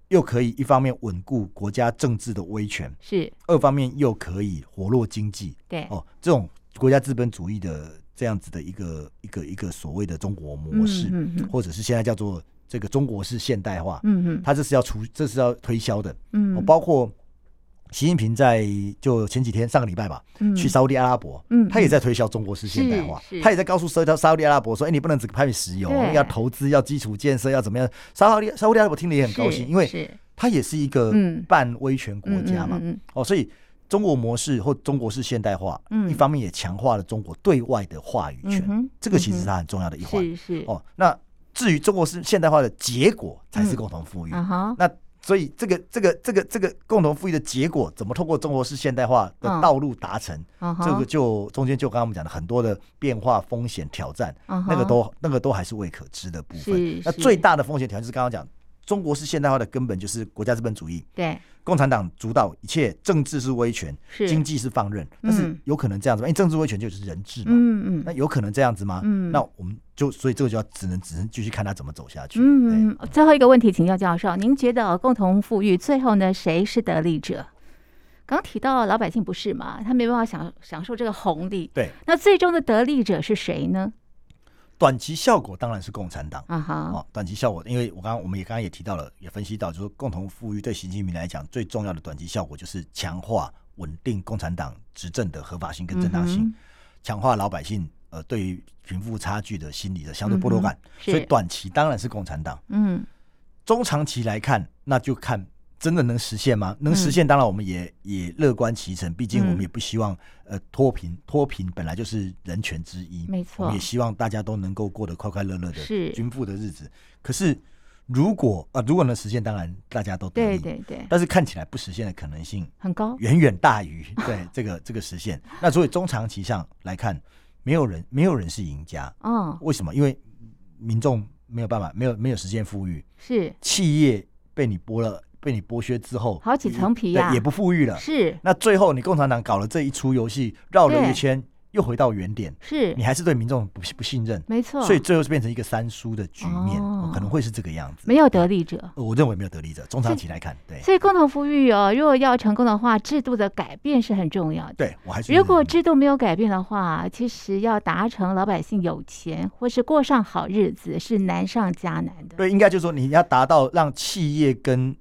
[SPEAKER 2] 又可以一方面稳固国家政治的威权，
[SPEAKER 1] 是
[SPEAKER 2] 二方面又可以活络经济
[SPEAKER 1] 对，
[SPEAKER 2] 哦，这种国家资本主义的这样子的一个一个一个所谓的中国模式，
[SPEAKER 1] 嗯嗯
[SPEAKER 2] 或者是现在叫做这个中国式现代化，
[SPEAKER 1] 嗯
[SPEAKER 2] 它这是要出，这是要推销的。
[SPEAKER 1] 嗯
[SPEAKER 2] 哦，
[SPEAKER 1] 嗯，
[SPEAKER 2] 包括习近平在就前几天上个礼拜吧，
[SPEAKER 1] 嗯
[SPEAKER 2] 去沙地阿拉伯，
[SPEAKER 1] 嗯
[SPEAKER 2] 他也在推销中国式现代化
[SPEAKER 1] 是是，
[SPEAKER 2] 他也在告诉沙特沙地阿拉伯说，哎，你不能只拍石油
[SPEAKER 1] 对，
[SPEAKER 2] 要投资，要基础建设，要怎么样？沙地沙特阿拉伯听了也很高兴，
[SPEAKER 1] 嗯是
[SPEAKER 2] 因为
[SPEAKER 1] 是
[SPEAKER 2] 他也是一个
[SPEAKER 1] 嗯
[SPEAKER 2] 半威权国家嘛，
[SPEAKER 1] 嗯嗯嗯
[SPEAKER 2] 哦，所以。中国模式或中国式现代化，
[SPEAKER 1] 嗯
[SPEAKER 2] 一方面也强化了中国对外的话语权，
[SPEAKER 1] 嗯哼
[SPEAKER 2] 这个其实
[SPEAKER 1] 嗯哼
[SPEAKER 2] 是它很重要的一环。
[SPEAKER 1] 是是
[SPEAKER 2] 哦，那至于中国式现代化的结果，才是共同富裕。
[SPEAKER 1] 啊哈，
[SPEAKER 2] 那所以这个这个这个这个共同富裕的结果，怎么通过中国式现代化的
[SPEAKER 1] 嗯
[SPEAKER 2] 道路达成？
[SPEAKER 1] 啊哈，
[SPEAKER 2] 这个就中间就刚刚我们讲的很多的变化、风险、挑战，
[SPEAKER 1] 啊哈
[SPEAKER 2] 那个都那个都还是未可知的部
[SPEAKER 1] 是
[SPEAKER 2] 分。那
[SPEAKER 1] 是
[SPEAKER 2] 最大的风险挑战就是刚刚讲，中国式现代化的根本就是国家资本主义，
[SPEAKER 1] 对
[SPEAKER 2] 共产党主导一切，政治是威权，
[SPEAKER 1] 是嗯
[SPEAKER 2] 经济是放任，但是有可能这样子吗？因为政治威权就是人治嘛。
[SPEAKER 1] 嗯嗯
[SPEAKER 2] 那有可能这样子吗？
[SPEAKER 1] 嗯
[SPEAKER 2] 那我们就所以这个就要只能只能继续看他怎么走下去。对
[SPEAKER 1] 嗯，嗯最后一个问题，请教教授，您觉得共同富裕最后呢，谁是得利者？刚提到老百姓不是嘛，他没办法享享受这个红利。
[SPEAKER 2] 对，
[SPEAKER 1] 那最终的得利者是谁呢？
[SPEAKER 2] 短期效果当然是共产党。
[SPEAKER 1] 啊哈，
[SPEAKER 2] 哦，短期效果，因为我刚刚我们也刚刚也提到了，也分析到，就是说共同富裕对习近平来讲最重要的短期效果就是强化稳定共产党执政的合法性跟正当性，
[SPEAKER 1] 嗯
[SPEAKER 2] 强化老百姓呃对于贫富差距的心理的相对剥夺感。
[SPEAKER 1] 嗯哼
[SPEAKER 2] 所以
[SPEAKER 1] 是，
[SPEAKER 2] 短期当然是共产党，
[SPEAKER 1] 嗯
[SPEAKER 2] 中长期来看，那就看真的能实现吗？
[SPEAKER 1] 嗯
[SPEAKER 2] 能实现，当然我们也、也乐观其成，毕竟我们也不希望、呃脱贫，脱贫本来就是人权之一，
[SPEAKER 1] 没错
[SPEAKER 2] 我们也希望大家都能够过得快快乐乐
[SPEAKER 1] 是
[SPEAKER 2] 的均富的日子。可是如果啊、呃如果能实现，当然大家都得
[SPEAKER 1] 对
[SPEAKER 2] 利。
[SPEAKER 1] 对对，
[SPEAKER 2] 但是看起来不实现的可能性
[SPEAKER 1] 很高，
[SPEAKER 2] 远远大 于对这个这个实现。那所以中长期上来看，没有人没有人是赢家。
[SPEAKER 1] 哦，
[SPEAKER 2] 为什么？因为民众没有办法，没有没有实现富裕，
[SPEAKER 1] 是
[SPEAKER 2] 企业被你剥了，被你剥削之后，
[SPEAKER 1] 好几层皮呀
[SPEAKER 2] 对也不富裕了。
[SPEAKER 1] 是
[SPEAKER 2] 那最后你共产党搞了这一出游戏，绕了
[SPEAKER 1] 对
[SPEAKER 2] 一圈，又回到原点，
[SPEAKER 1] 是
[SPEAKER 2] 你，还是对民众不不信任，
[SPEAKER 1] 没错，
[SPEAKER 2] 所以最后是变成一个三输的局面，
[SPEAKER 1] 嗯哦
[SPEAKER 2] 可能会是这个样子。
[SPEAKER 1] 没有得利者。
[SPEAKER 2] 呃，我认为没有得利者，中长期来看，对
[SPEAKER 1] 所以共同富裕哦，如果要成功的话，制度的改变是很重要的。
[SPEAKER 2] 对，我还是
[SPEAKER 1] 如果制度没有改变的话，其实要达成老百姓有钱或是过上好日子是难上加难的。
[SPEAKER 2] 对，应该就是说你要达到让企业跟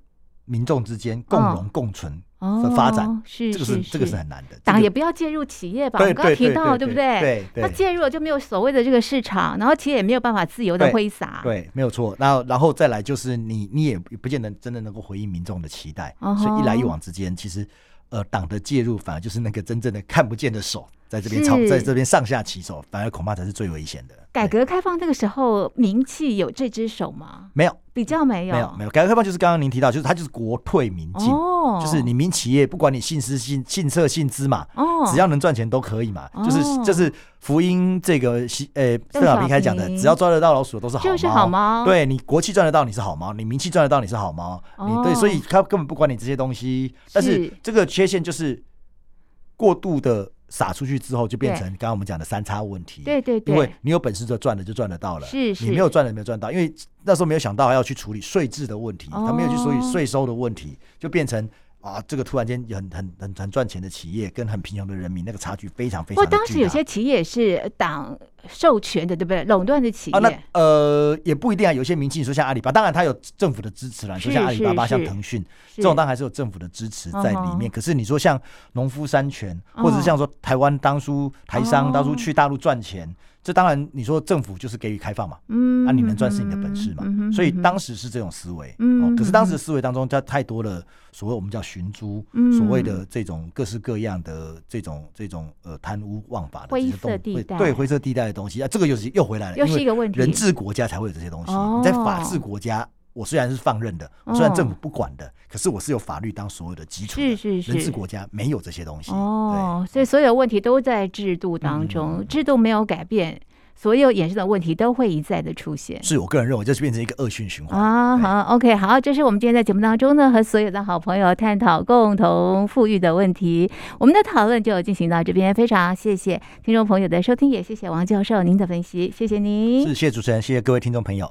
[SPEAKER 2] 民众之间共
[SPEAKER 1] 哦
[SPEAKER 2] 荣共存，
[SPEAKER 1] 哦，
[SPEAKER 2] 发展
[SPEAKER 1] 是
[SPEAKER 2] 这个是
[SPEAKER 1] 是
[SPEAKER 2] 这个是很难的。
[SPEAKER 1] 党
[SPEAKER 2] 这
[SPEAKER 1] 也
[SPEAKER 2] 个
[SPEAKER 1] 不要介入企业吧，我
[SPEAKER 2] 对
[SPEAKER 1] 们刚刚
[SPEAKER 2] 对
[SPEAKER 1] 提
[SPEAKER 2] 对
[SPEAKER 1] 到，
[SPEAKER 2] 对
[SPEAKER 1] 对不
[SPEAKER 2] 对
[SPEAKER 1] 对？
[SPEAKER 2] 对
[SPEAKER 1] 他
[SPEAKER 2] 对
[SPEAKER 1] 介入了就没有所谓的这个市场，然后企业也没有办法自由的
[SPEAKER 2] 对
[SPEAKER 1] 挥洒。，
[SPEAKER 2] 对，没有错。然后，然后再来就是你，你也不见得真的能够回应民众的期待，
[SPEAKER 1] 嗯哼
[SPEAKER 2] 所以一来一往之间，其实呃，党的介入反而就是那个真正的看不见的手，在这边操，
[SPEAKER 1] 是
[SPEAKER 2] 在这边上下其手，反而恐怕才是最危险的。
[SPEAKER 1] 改
[SPEAKER 2] 对
[SPEAKER 1] 革开放那个时候名气有这只手吗？
[SPEAKER 2] 没有，
[SPEAKER 1] 比较没有，
[SPEAKER 2] 没有，没有。改革开放就是刚刚您提到，就是它就是国退民进，
[SPEAKER 1] 哦，
[SPEAKER 2] 就是你民企业不管你姓私姓姓社姓资嘛，
[SPEAKER 1] 哦，
[SPEAKER 2] 只要能赚钱都可以嘛，
[SPEAKER 1] 哦
[SPEAKER 2] 就是就是福音这个习呃
[SPEAKER 1] 邓
[SPEAKER 2] 邓小
[SPEAKER 1] 小
[SPEAKER 2] 平开始讲的，
[SPEAKER 1] 平
[SPEAKER 2] 只要抓得到老鼠的都是好猫，
[SPEAKER 1] 就是好猫
[SPEAKER 2] 对你国企赚得到你是好猫，你名气赚得到你是好猫，你
[SPEAKER 1] 哦
[SPEAKER 2] 对，所以他根本不管你这些东西，但是
[SPEAKER 1] 是
[SPEAKER 2] 这个缺陷就是过度的撒出去之后，就变成刚刚我们讲的三叉问题，
[SPEAKER 1] 对对
[SPEAKER 2] 因为
[SPEAKER 1] 对，
[SPEAKER 2] 你有本事就赚了就赚得到了，
[SPEAKER 1] 是是
[SPEAKER 2] 你没有赚的没有赚到，因为那时候没有想到要去处理税制的问题，
[SPEAKER 1] 哦
[SPEAKER 2] 他没有去处理税收的问题，就变成啊，这个突然间很很很很赚钱的企业跟很贫穷的人民那个差距非常非
[SPEAKER 1] 不过
[SPEAKER 2] 常的巨大。
[SPEAKER 1] 当时有些企业也是党授权的，对不对？垄断的企业，
[SPEAKER 2] 啊，那呃也不一定啊，有些民企你说像阿里巴巴，当然它有政府的支持啦，你说
[SPEAKER 1] 是
[SPEAKER 2] 像阿里巴巴、
[SPEAKER 1] 是
[SPEAKER 2] 像
[SPEAKER 1] 是
[SPEAKER 2] 腾讯
[SPEAKER 1] 是嗯
[SPEAKER 2] 这种，当然还是有政府的支持在里面。可是你说像农夫山泉，或者是像说台湾当初台商
[SPEAKER 1] 哦
[SPEAKER 2] 当初去大陆赚钱，这当然你说政府就是给予开放嘛，
[SPEAKER 1] 嗯，
[SPEAKER 2] 啊，你能赚是你的本事嘛
[SPEAKER 1] 嗯哼嗯。哼
[SPEAKER 2] 所以当时是这种思维，
[SPEAKER 1] 嗯
[SPEAKER 2] 哦，可是当时的思维当中，它太多了所谓我们叫寻租
[SPEAKER 1] 嗯，
[SPEAKER 2] 所谓的这种各式各样的这种这种呃贪污枉法的这些
[SPEAKER 1] 灰色地
[SPEAKER 2] 东西
[SPEAKER 1] 带
[SPEAKER 2] 对灰色地带的东西啊，这个又是又回来了，
[SPEAKER 1] 又
[SPEAKER 2] 因
[SPEAKER 1] 是
[SPEAKER 2] 为
[SPEAKER 1] 一个问题
[SPEAKER 2] 人治国家才会有这些东西，
[SPEAKER 1] 哦
[SPEAKER 2] 你在法治国家。我虽然是放任的，我虽然政府不管的，可是我是有法律当所有的基础的。
[SPEAKER 1] 是是是
[SPEAKER 2] 人治国家没有这些东西。
[SPEAKER 1] 哦，所以所有问题都在制度当
[SPEAKER 2] 嗯
[SPEAKER 1] 中，制度没有改变，所有衍生的问题都会一再的出现
[SPEAKER 2] 对，。是我个人认为，这是变成一个恶性循环。
[SPEAKER 1] 啊，
[SPEAKER 2] 对
[SPEAKER 1] 好，OK，好，这是我们今天在节目当中呢，和所有的好朋友探讨共同富裕的问题。我们的讨论就进行到这边，非常谢谢听众朋友的收听，也谢谢王教授您的分析，谢谢您。
[SPEAKER 2] 是，谢谢主持人，谢谢各位听众朋友。